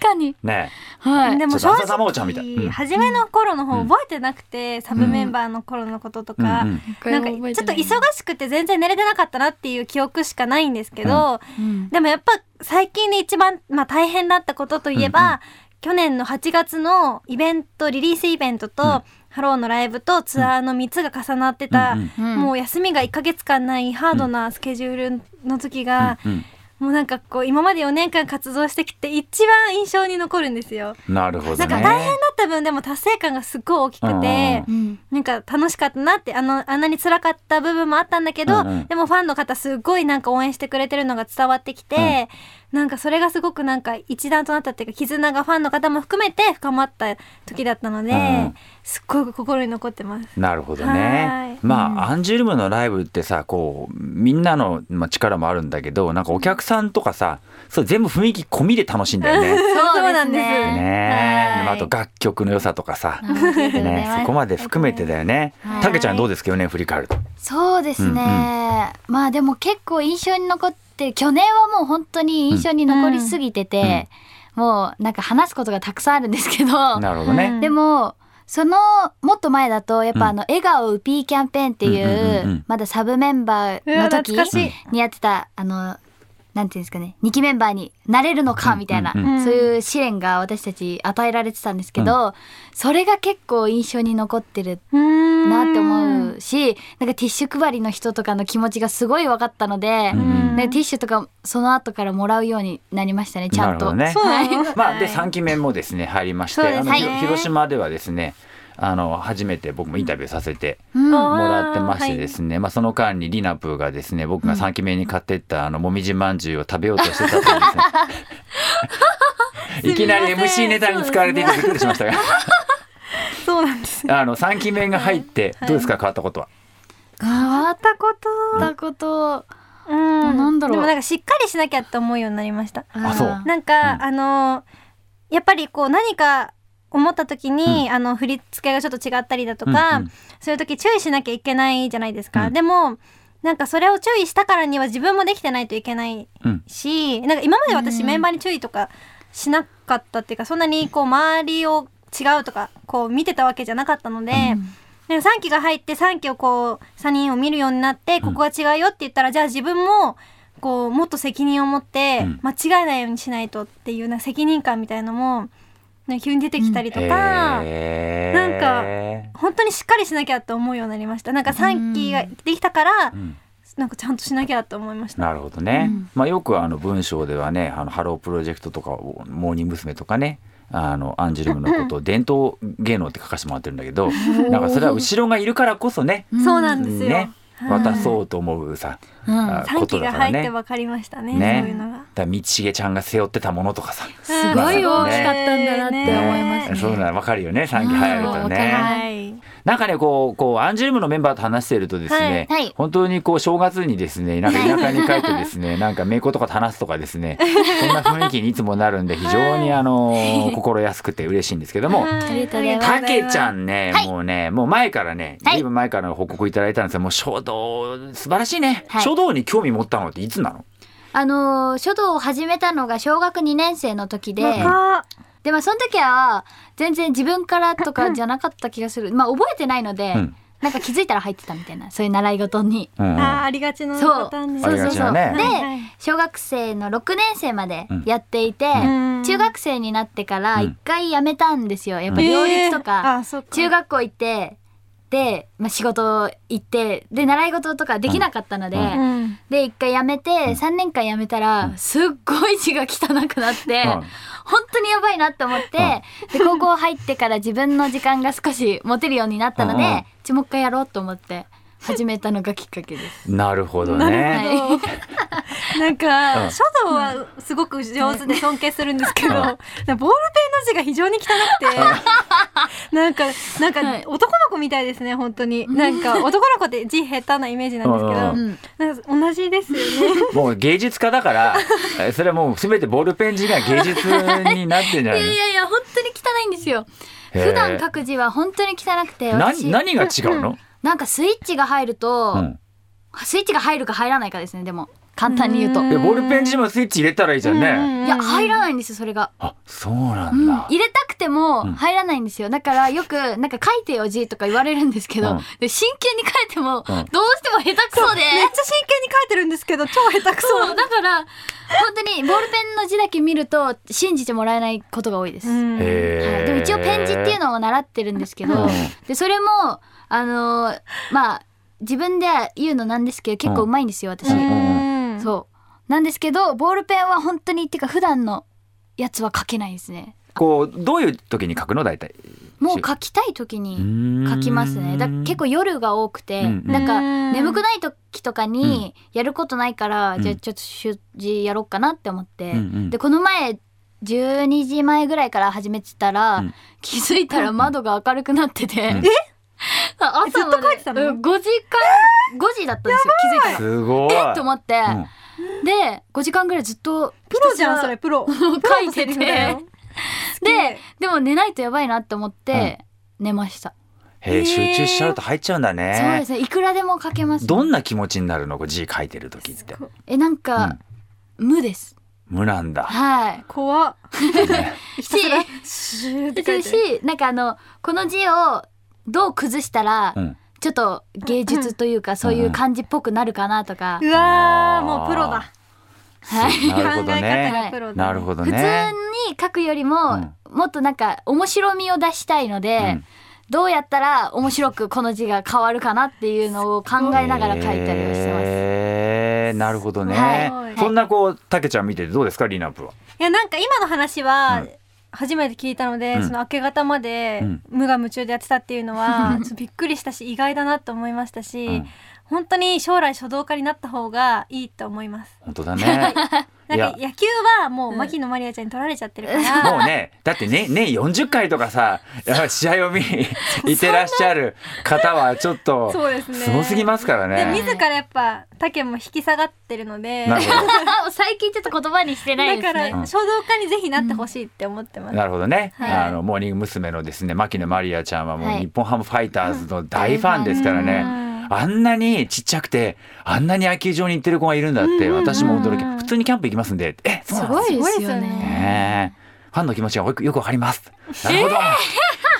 Speaker 7: かに。
Speaker 4: ね
Speaker 7: はい。
Speaker 4: ちょっと朝様お茶みたいうん
Speaker 3: 初めの頃の方
Speaker 4: うん
Speaker 3: 覚えてなくて、サブメンバーの頃のこととか、
Speaker 4: うん
Speaker 3: なんかちょっと忙しくて全然寝れてなかったなっていう記憶しかないんですけど、
Speaker 7: うん
Speaker 3: でもやっぱ最近で一番、まあ、大変だったことといえば、
Speaker 4: うんう
Speaker 3: 去年の8月のイベントリリースイベントと、
Speaker 4: うん
Speaker 3: ハローのライブとツアーの3つが重なってた、
Speaker 4: うん
Speaker 7: うん
Speaker 3: もう休みが1ヶ月間ないハードなスケジュールの時が、
Speaker 4: うん
Speaker 3: もうなんかこう今まで4年間活動してきて一番印象に残るんですよ。
Speaker 4: うんなるほどね。
Speaker 3: なんか大変だった分でも達成感がすっごい大きくて、
Speaker 4: うんうん
Speaker 7: うん
Speaker 3: なんか楽しかったなってあのあんなに辛かった部分もあったんだけど、
Speaker 4: うんうん
Speaker 3: でもファンの方すごいなんか応援してくれてるのが伝わってきて、なんかそれがすごくなんか一段となったっていうか絆がファンの方も含めて深まった時だったので、
Speaker 4: うん
Speaker 3: すっごく心に残ってます。
Speaker 4: なるほど
Speaker 3: は
Speaker 4: ね
Speaker 3: い。
Speaker 4: まあ、アンジュルムのライブってさ、こう、みんなのまあ力もあるんだけど、なんかお客さんとかさ、そう全部雰囲気込みで楽しいんだよね。ね
Speaker 5: そうなんです
Speaker 4: え。
Speaker 5: ね。
Speaker 4: でもあと楽曲の良さとかさ、ね、そこまで含めてだよね
Speaker 7: はい。
Speaker 4: たけちゃんどうですか、4年振り返ると。
Speaker 7: そうですね、
Speaker 4: うんうん
Speaker 7: まあでも結構印象に残って去年はもう本当に印象に残りすぎてて、もうなんか話すことがたくさんあるんですけど
Speaker 4: なるほどね。
Speaker 7: [laughs] でもそのもっと前だとやっぱあの「笑顔 UP キャンペーン」ってい
Speaker 4: うんうんうんう
Speaker 7: うんまだサブメンバーの時にやってたあのなんていうんですかね2期メンバーになれるのかみたいな
Speaker 4: うんうん
Speaker 3: うん
Speaker 7: そういう試練が私たち与えられてたんですけどそれが結構印象に残ってるなって思うしなんかティッシュ配りの人とかの気持ちがすごい分かったので、
Speaker 4: うんうん
Speaker 3: [laughs]
Speaker 7: なんかティッシュとかその後からもらうようになりましたねちゃんと。
Speaker 4: なるほどね。
Speaker 7: はい
Speaker 4: まあ、で3期目もですね入りまして、
Speaker 3: そうです
Speaker 4: あの
Speaker 7: ね
Speaker 4: ひろ
Speaker 3: はい
Speaker 4: 広島ではですねあの初めて僕もインタビューさせて
Speaker 7: うん
Speaker 3: あ
Speaker 4: [laughs] もらってましてですね、まあ、その間にリナプーがですね僕が3期目に買ってったあのもみじまんじゅうを食べようとしてたっていうですねいきなり MC ネタに使われていてびっくりしましたが
Speaker 3: そうなん
Speaker 7: [laughs]
Speaker 3: です。
Speaker 4: あの3期目が入ってどうですか変わったことは。
Speaker 7: 変わったこと変わったこと
Speaker 3: うん、
Speaker 7: なんだろう
Speaker 3: でもなんかしっかりしなきゃって思うようになりました。
Speaker 4: あそう
Speaker 7: ー
Speaker 3: なんか、
Speaker 4: うん
Speaker 3: あのやっぱりこう何か思った時に、あの振り付けがちょっと違ったりだとか、
Speaker 4: うんうん
Speaker 3: そういう時注意しなきゃいけないじゃないですか、
Speaker 4: うん
Speaker 3: でもなんかそれを注意したからには自分もできてないといけない
Speaker 4: うん
Speaker 3: しなんか今まで私メンバーに注意とかしなかったっていうかそんなにこう周りを違うとかこう見てたわけじゃなかったので、なんか3期が入って3期をこう3人を見るようになってここは違うよって言ったら、じゃあ自分もこうもっと責任を持って
Speaker 4: うん
Speaker 3: 間違えないようにしないとっていうな責任感みたいのもなんか急に出てきたりとか、
Speaker 4: へ
Speaker 3: な本当にしっかりしなきゃって思うようになりましたなんか3期ができたから、
Speaker 4: うん
Speaker 3: なんかちゃんとしなきゃって思いました。
Speaker 4: なるほどね。
Speaker 7: うん
Speaker 4: まあよくあの文章ではね、あのハロープロジェクトとかモーニング娘とかね。あのアンジュルムのことを伝統芸能って書かせてもらってるんだけどなんかそれは後ろがいるからこそね
Speaker 3: そうなんですよ、
Speaker 4: ね渡そうと思うさ、あ
Speaker 3: 3
Speaker 4: こと
Speaker 3: 期
Speaker 4: だ
Speaker 3: が
Speaker 4: から
Speaker 3: 入っ
Speaker 4: ね
Speaker 3: て
Speaker 4: だか
Speaker 3: 分かりましたね
Speaker 4: ね
Speaker 3: そういうのが。
Speaker 4: ら道重ちゃんが背負ってたものとかさ
Speaker 3: す
Speaker 8: すごい大きかったんだなって思いますね。
Speaker 4: そういうのは分かるよね3期入ると
Speaker 7: うんわか
Speaker 4: ね
Speaker 7: る。
Speaker 3: はい、
Speaker 4: なんかねこうこうアンジュルムのメンバーと話しているとですね、
Speaker 7: はいはい
Speaker 4: 本当にこう正月にですねなんか田舎に帰ってです
Speaker 3: [laughs]
Speaker 4: ねなんか名子とかと話すとかですねそんな雰囲気にいつもなるんで非常にあの
Speaker 3: [laughs]
Speaker 4: ー心安くて嬉しいんですけども。
Speaker 3: ありがとうございます
Speaker 4: たけちゃんね、
Speaker 7: はい
Speaker 4: もうね、もう前からね、
Speaker 7: はい
Speaker 4: ずいぶん前からの報告いただいたんですが、もう書道、素晴らしいね、
Speaker 7: はい
Speaker 4: 書道に興味持ったのっていつなの
Speaker 7: あのー書道を始めたのが小学2年生の時で
Speaker 3: あ
Speaker 7: でまあその時は全然自分からとかじゃなかった気がするまあ覚えてないので、
Speaker 4: うん
Speaker 7: なんか気づいたら入ってたみたいなそういう習い事に。
Speaker 4: うんうん
Speaker 3: あーありがちな
Speaker 7: そう
Speaker 3: パターンで
Speaker 7: そう
Speaker 4: あり
Speaker 7: そ
Speaker 4: が
Speaker 7: う
Speaker 4: ち
Speaker 7: そ
Speaker 4: な
Speaker 7: う。
Speaker 4: ね
Speaker 7: で
Speaker 3: はい
Speaker 7: 小学生の6年生までやっていて、
Speaker 3: ん
Speaker 7: 中学生になってから
Speaker 4: うん
Speaker 7: 1回やめたんですよやっぱ両立と
Speaker 3: えー
Speaker 7: か、
Speaker 3: あそっか
Speaker 7: 中学校行ってで、まあ、仕事行ってで習い事とかできなかったので、
Speaker 4: うん
Speaker 3: うん
Speaker 7: で1回やめて3年間やめたらすっごい字が汚くなって、
Speaker 4: うん
Speaker 7: 本当にやばいなって思って、で高校入ってから自分の時間が少し持てるようになったので、
Speaker 4: う
Speaker 7: うん
Speaker 4: うん
Speaker 7: ちもう一回やろうと思って始めたのがきっかけです。
Speaker 4: なるほどね。
Speaker 7: は
Speaker 3: なんか、
Speaker 4: うん
Speaker 3: 書道はすごく上手で尊敬するんですけど、
Speaker 4: うん
Speaker 3: なんかボールペンの字が非常に汚
Speaker 4: [laughs]
Speaker 3: くて、なんか、なんか
Speaker 7: はい
Speaker 3: 男の子みたいですね、本当に。なんか男の子って字下手なイメージなんですけど、
Speaker 4: うん
Speaker 3: なんか同じですよ
Speaker 7: [laughs]
Speaker 3: ね。
Speaker 4: もう芸術家だから、えそれはもうすべてボールペン字が芸術になってんじゃない
Speaker 7: いやいやいや本当に汚いんですよ。
Speaker 4: へー
Speaker 7: 普段書く字は本当に汚くて
Speaker 4: のな
Speaker 7: 私
Speaker 4: 何が違うの、
Speaker 7: なんかスイッチが入ると、
Speaker 4: うん
Speaker 7: スイッチが入るか入らないかですねでも簡単に言うと。
Speaker 4: いやボールペン自身もスイッチ入れたらいいじゃんね。
Speaker 7: いや入らないんですよそれが。
Speaker 4: あそうな
Speaker 7: うんん
Speaker 4: だ。
Speaker 7: 入れたくても
Speaker 4: ん
Speaker 7: 入らないんですよ、だからよくなんか書いてよ字とか言われるんですけど、
Speaker 4: うん
Speaker 7: で真剣に書いてもど
Speaker 4: うん
Speaker 7: うしても下手くそで、
Speaker 9: めっちゃ真剣に書いてるんですけど超下手くそ
Speaker 7: そうだから本当にボールペンの字だけ見ると信じてもらえないことが多いです、
Speaker 9: うん
Speaker 7: はい
Speaker 4: へえ。
Speaker 7: でも一応ペン字っていうのを習ってるんですけど、
Speaker 4: うん
Speaker 7: でそれもあのーまあ自分で言うのなんですけど結構うまいんですよ私、
Speaker 4: うん
Speaker 9: うん
Speaker 7: そうなんですけどボールペンは本当にっていうか普段のやつは書けないですね
Speaker 4: こうどういう時に書くの大体。
Speaker 7: もう書きたい時に、書きますねだ結構夜が多く
Speaker 4: う
Speaker 7: て、
Speaker 4: んうん
Speaker 7: なんか
Speaker 9: うん
Speaker 7: 眠くない時とかにやることないから、
Speaker 4: ん
Speaker 7: じゃあちょっと習字やろうかなって思って、
Speaker 4: うんうん
Speaker 7: でこの前12時前ぐらいから始めてたら、
Speaker 4: うん
Speaker 7: 気づいたら窓が明るくなってて、え [laughs] 朝まで
Speaker 9: ずっと書いてたの
Speaker 7: うん5時間5時だったんですよ気づいたら。
Speaker 4: すごい。
Speaker 7: えっと思って、で5時間ぐらいずっと
Speaker 9: プロじゃんそれプロ書
Speaker 7: 書いててで
Speaker 9: で
Speaker 7: でも寝ないとやばいなって思って寝ました、
Speaker 4: へえ集中しちゃうと入っちゃうんだ
Speaker 7: そうで
Speaker 4: ね。
Speaker 7: すねいくらでも書けますね
Speaker 4: どんな気持ちになるのこう字書いてる時って。
Speaker 7: えなんか、無です
Speaker 4: 無なんだ。
Speaker 7: は
Speaker 9: 怖っ
Speaker 7: いし
Speaker 9: シューって書
Speaker 7: で
Speaker 9: いて
Speaker 7: しなんかあのこの字をどう崩したら、
Speaker 4: うん
Speaker 7: ちょっと芸術というか、そういう感じっぽくなるかなとか、
Speaker 9: うわーもうプロだ
Speaker 7: はい
Speaker 4: なるほど
Speaker 9: 考え
Speaker 4: ね。
Speaker 9: 方がプロだ
Speaker 4: なるほど
Speaker 7: 普通
Speaker 4: ね。
Speaker 7: に書くよりも、
Speaker 4: うん
Speaker 7: もっとなんか面白みを出したいので、
Speaker 4: うん
Speaker 7: どうやったら面白くこの字が変わるかなっていうのを考えながら書いたりはしてます。
Speaker 4: へーなるほどね
Speaker 9: はい。
Speaker 4: そんなこうたけちゃん見ててどうですかリナップは。
Speaker 9: いやなんか今の話
Speaker 4: う
Speaker 9: は
Speaker 4: ん
Speaker 9: 初めて聞いたので、
Speaker 4: うん
Speaker 9: その明け方まで
Speaker 4: うん
Speaker 9: 無我夢中でやってたっていうのは、
Speaker 4: [laughs]
Speaker 9: ちょっとびっくりしたし意外だなと思いましたし、
Speaker 4: うん
Speaker 9: 本当に将来書道家になった方がいいと思います。
Speaker 4: 本当だね。
Speaker 9: なん
Speaker 4: い
Speaker 9: か
Speaker 4: や
Speaker 9: 野球はもう牧野マリアちゃんに取られちゃってるから、
Speaker 4: もうね、だってね、年40回とかさ、やっぱ試合を見にいてらっしゃる方はちょっと、
Speaker 9: そうですね
Speaker 4: ごすぎますから
Speaker 9: で
Speaker 4: ね。
Speaker 9: 自らやっぱ竹も引き下がってるので
Speaker 4: なるほ
Speaker 7: [laughs] 最近ちょっと言葉にしてないで
Speaker 9: だか
Speaker 7: すね。
Speaker 9: ら書道家にぜひなってほしいって思ってます。
Speaker 4: ど。なるほどね、
Speaker 9: はい
Speaker 4: あのモーニング娘。のですね牧野まりあちゃんはも
Speaker 7: は
Speaker 4: う
Speaker 7: い
Speaker 4: 日本ハムファイターズの大ファンですからね、あんなにちっちゃくてあんなに野球場に行ってる子がいるんだって私も驚き普通にキャンプ行きますんでえそうなんですか
Speaker 7: すごいです
Speaker 9: す
Speaker 7: よ
Speaker 9: よ
Speaker 7: ね
Speaker 9: ね。
Speaker 4: ねえファンの気持ちがよくよくわかります。なるほど、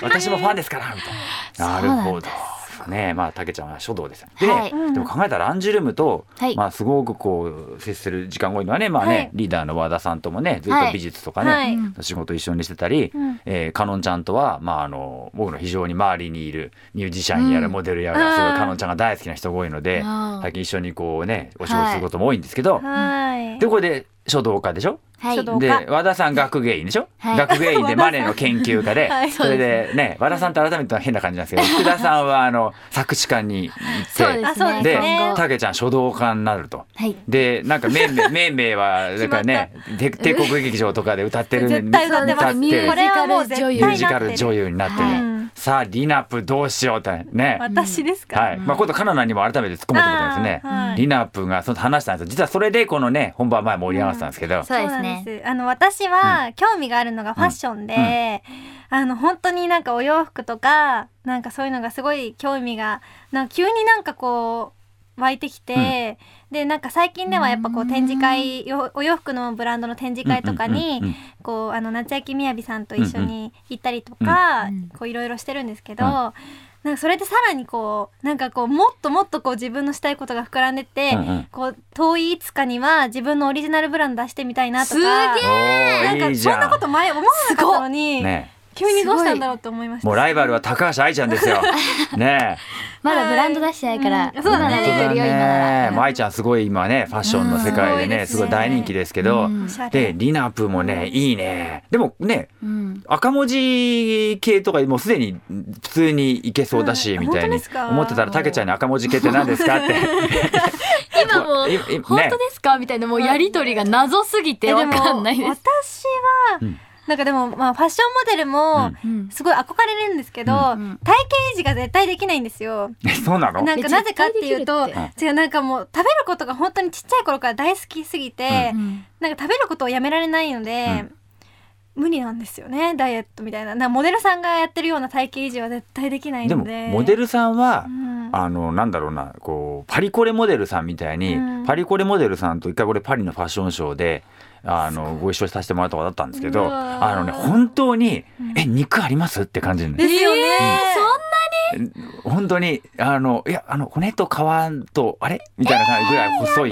Speaker 4: 私もファンですからみたいな。な
Speaker 7: [laughs] そうなん
Speaker 4: る
Speaker 7: だ
Speaker 4: ほど。ねえまあたけちゃんは書道ですよで、
Speaker 7: はい
Speaker 4: でも考えたらアンジュルムと、
Speaker 7: はい
Speaker 4: まあすごくこう接する時間多いのはねまあね、
Speaker 9: はい
Speaker 4: リーダーの和田さんともねずっ
Speaker 7: は
Speaker 4: と
Speaker 7: い
Speaker 4: 美術とかね、
Speaker 9: はい
Speaker 4: 仕事一緒にしてたり、
Speaker 9: ん
Speaker 4: えー、かのんちゃんとはまああの僕の非常に周りにいるミュージシャンやら
Speaker 7: うん
Speaker 4: モデルやら、すごいかのんちゃんが大好きな人が多いので、
Speaker 7: あー
Speaker 4: 最近一緒にこうねお仕事することも多いんですけど、
Speaker 9: はい
Speaker 4: でここで書道家でしょ
Speaker 7: はい
Speaker 9: 書道
Speaker 4: で
Speaker 9: 家
Speaker 4: 和田さん学芸員でしょ、
Speaker 7: はい
Speaker 4: 学芸員でマネーの研究
Speaker 7: [laughs]
Speaker 4: 家で、
Speaker 9: はい
Speaker 4: それでね和田さんって改めて変な感じなんですけど福田さんはあの作詞家に行
Speaker 7: そうです
Speaker 4: っ
Speaker 7: ね。
Speaker 9: あそう
Speaker 4: て
Speaker 9: す
Speaker 4: で
Speaker 9: ね
Speaker 7: 今後
Speaker 4: たけちゃん書道家になると。
Speaker 7: はい。
Speaker 4: でなんかめ
Speaker 9: [laughs]
Speaker 4: んめめんめいはだからねて帝国劇場とかで歌ってる
Speaker 9: 絶対歌ってます
Speaker 7: ミュ
Speaker 9: これは
Speaker 7: ー
Speaker 9: もう
Speaker 7: ジ
Speaker 9: 絶
Speaker 7: カル女優
Speaker 9: 対
Speaker 4: ミュージカル女
Speaker 9: 優
Speaker 4: 優になってる、
Speaker 7: はい
Speaker 4: さあリナップどうしようってね。
Speaker 9: 私ですか、
Speaker 4: はい、まあ、今度カナダにも改めて突っ込むってことですね。
Speaker 9: あーはい
Speaker 4: リナップがその話したんですよ。実はそれでこのね、本番前盛り上がってたんですけど。
Speaker 7: そうです
Speaker 9: なん
Speaker 7: ね。
Speaker 9: すあの私は興味があるのがファッションで、あの本当になんかお洋服とかなんかそういうのがすごい興味がなんか急になんかこう湧いてきて、でなんか最近ではやっぱこう展示会よお洋服のブランドの展示会とかに
Speaker 4: うんうんうん
Speaker 9: こうあの夏焼きみやびさんと一緒に行ったりとか、
Speaker 7: うんうん
Speaker 9: こういろいろしてるんですけど、
Speaker 4: うん
Speaker 9: なんかそれでさらにこうなんかこうもっともっとこう自分のしたいことが膨らんでって、
Speaker 4: うんうん
Speaker 9: こう遠いいつかには自分のオリジナルブランド出してみたいなとか
Speaker 7: すげえ
Speaker 9: な
Speaker 4: お
Speaker 9: ん
Speaker 4: ーい
Speaker 9: か
Speaker 4: いじ
Speaker 9: そ
Speaker 4: ゃ
Speaker 9: んなこと前思わなかったのに、
Speaker 4: ね
Speaker 9: 急にどうしたんだろうと思いまし
Speaker 4: えもう
Speaker 9: た。
Speaker 4: ライバルは高橋愛ちゃんですよ。
Speaker 9: [laughs]
Speaker 4: ね
Speaker 7: まだブランド出してないから、
Speaker 9: うんそうだね
Speaker 7: 今
Speaker 4: え。
Speaker 7: 出てるよ今な
Speaker 4: ね
Speaker 7: ら。
Speaker 4: もう愛ちゃんすごい今ね、ファッションの世界でね、
Speaker 9: うん
Speaker 4: す
Speaker 9: す
Speaker 4: ご
Speaker 9: ご
Speaker 4: い
Speaker 9: いですね
Speaker 4: 大人気ですけど。
Speaker 7: うん
Speaker 9: おしゃれ
Speaker 4: で、リナップもね、いいね。でもね、
Speaker 7: うん
Speaker 4: 赤文字系とかもうすでに普通にいけそうだし、
Speaker 9: うん
Speaker 4: みたい
Speaker 9: 本当で
Speaker 4: に
Speaker 9: すか
Speaker 4: 思ってたら、たけちゃんに赤文字系って何ですか
Speaker 9: [laughs]
Speaker 4: って。
Speaker 7: 今もう
Speaker 4: いいね
Speaker 7: 本当ですかみたいなもうやりとりが謎すぎて
Speaker 9: え
Speaker 7: わかんないで
Speaker 9: 私
Speaker 7: す。
Speaker 9: は、
Speaker 4: うん
Speaker 9: なんかでも、まあ、ファッションモデルも
Speaker 7: うん
Speaker 9: すごい憧れるんですけど、
Speaker 4: うん
Speaker 7: うん
Speaker 9: 体型維持が絶対できないんですよ。
Speaker 4: えそうなの
Speaker 9: なんかなぜかっていうと
Speaker 7: 絶
Speaker 4: 対で
Speaker 9: 違うなんかもう食べることが本当にちっちゃい頃から大好きすぎて、
Speaker 7: うん
Speaker 9: なんか食べることをやめられないので、無理なんですよねダイエットみたいななモデルさんがやってるような体型維持は絶対できない
Speaker 4: で
Speaker 9: の
Speaker 4: も
Speaker 9: で
Speaker 4: モデルさんは、
Speaker 9: うん
Speaker 4: あのなんだろうなこうパリコレモデルさんみたいに、
Speaker 9: うん
Speaker 4: パリコレモデルさんと一回これパリのファッションショーであのご一緒させてもらったことあったんですけ
Speaker 9: う
Speaker 4: ど
Speaker 9: わ
Speaker 4: あのね本当に「え肉あります?」って感じに
Speaker 9: ですよね、
Speaker 4: 本当にあのいやあの骨と皮とあれみたいな感じぐらい細い、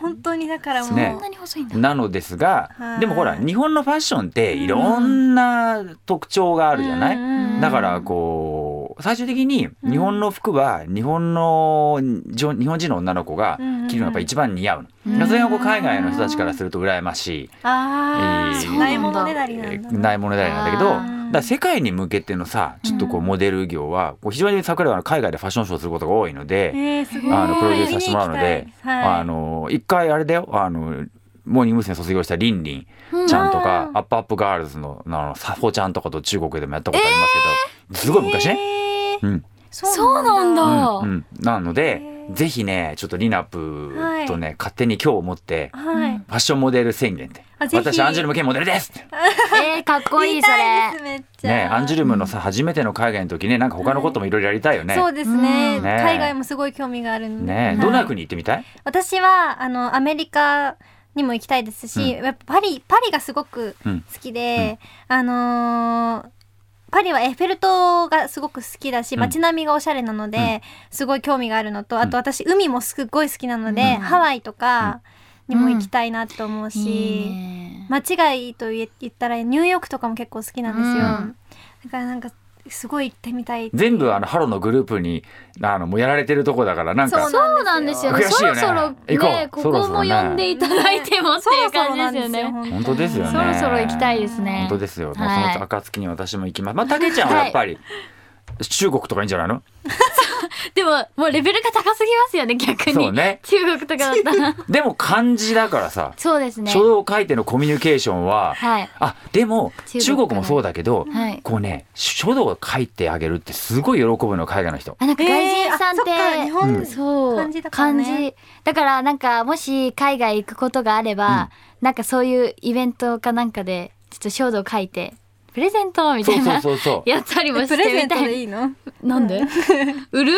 Speaker 9: 本当にだからもう、
Speaker 4: ね
Speaker 7: に細いん
Speaker 4: なのですが
Speaker 9: はい
Speaker 4: でもほら日本のファッションっていろんな特徴があるじゃない、
Speaker 9: うん
Speaker 4: だからこう最終的に日本の服は日本のじょ日本人の女の子が着るのがやっぱ一番似合うの、それがこう海外の人たちからすると羨ましい、
Speaker 9: あ
Speaker 4: えー
Speaker 9: あないものねだりなんだな
Speaker 4: ないものだりなんだけど
Speaker 7: あ
Speaker 4: だ
Speaker 9: ー
Speaker 4: から世界に向けてのさちょっとこうモデル業はこう非常に桜は海外でファッションショーすることが多いので。
Speaker 9: えー、すごい
Speaker 4: あのプロデュースさせてもらうので
Speaker 9: 見に行き、たいはい、
Speaker 4: あの一回あれだよあのモーニング娘。卒業したりんりんちゃんとか、アップアップガールズのあのサフォちゃんとかと中国でもやったことありますけど、すごい昔ね。
Speaker 9: えー
Speaker 4: うん
Speaker 7: そうなんだ。
Speaker 4: うんうん、なので、ぜひねちょっとリナップとね、勝手に今日を持って
Speaker 9: はい、
Speaker 4: ファッションモデル宣言って
Speaker 9: あぜひ
Speaker 4: 私アンジュルム系モデルですって
Speaker 7: えー、かっこ [laughs] いいそ
Speaker 9: たい
Speaker 7: れ。
Speaker 9: ですめっちゃ、
Speaker 4: ねアンジュルムのさ初めての海外の時ねなんか他のこともいろいろやりたいよね。
Speaker 9: そうですね,、
Speaker 4: うんね
Speaker 9: 海外もすごい興味があるので、
Speaker 4: ね
Speaker 9: はい
Speaker 4: どんな国行ってみたい、
Speaker 9: 私はあのアメリカにも行きたいですし、やっぱパリパリがすごく
Speaker 4: うん
Speaker 9: 好きで、あのーパリはエッフェル塔がすごく好きだし
Speaker 4: うん
Speaker 9: 街並みがおしゃれなので、
Speaker 4: うん
Speaker 9: すごい興味があるのとあと私海もすごい好きなので、ハワイとかにも行きたいなと思うし、
Speaker 7: いい
Speaker 9: [laughs]
Speaker 7: ね
Speaker 9: 街がいいと言え言ったらニューヨークとかも結構好きなんですよ、
Speaker 7: うん
Speaker 9: だからなんかすごい行ってみたい
Speaker 4: 全部あのハロのグループにあのもうやられてるとこだからなんか
Speaker 7: そうなんですよね。
Speaker 4: 悔しい
Speaker 7: そ
Speaker 4: よ
Speaker 7: ろ
Speaker 4: ね
Speaker 7: そろ
Speaker 4: 行こう
Speaker 7: ね、こ
Speaker 4: そろ
Speaker 7: こ
Speaker 4: そろ
Speaker 7: も
Speaker 4: ね
Speaker 7: 呼んでいただいてもっていう
Speaker 9: そろそろな
Speaker 7: 感
Speaker 9: ん
Speaker 7: じですよね。
Speaker 4: 本当ですよね。
Speaker 7: そろそろ行きたいですね
Speaker 4: 本当ですよね。
Speaker 7: はい
Speaker 4: その暁に私も行きます。まあ、たけちゃんはやっぱり、中国とかいいんじゃないの。
Speaker 7: でも、もうレベルが高すぎます [laughs] よね、逆に。
Speaker 4: そうね
Speaker 7: 中国とかだったら。
Speaker 4: でも漢字だからさ。
Speaker 7: [laughs] そうですね。
Speaker 4: 書道書いてのコミュニケーションは。
Speaker 7: はい。
Speaker 4: あ、でも、
Speaker 7: 中国
Speaker 4: 中国もそうだけど、
Speaker 7: はい。
Speaker 4: こうね、書道を書いてあげるってすごい喜ぶの、海外の人。
Speaker 7: あ、なんか外人さんって、
Speaker 9: えーあそっか日本
Speaker 7: そう
Speaker 9: 漢字だからね
Speaker 7: 漢字だからなんかもし海外行くことがあれば、なんかそういうイベントかなんかでちょっと衝動書いてプレゼントみた
Speaker 4: そう
Speaker 7: い
Speaker 4: そう
Speaker 7: な
Speaker 4: そうそう。
Speaker 7: やったりもし
Speaker 9: プ
Speaker 7: て
Speaker 9: レゼ
Speaker 7: み
Speaker 9: ント
Speaker 7: た
Speaker 9: で
Speaker 7: い
Speaker 9: いいの
Speaker 7: なんで [laughs] 売る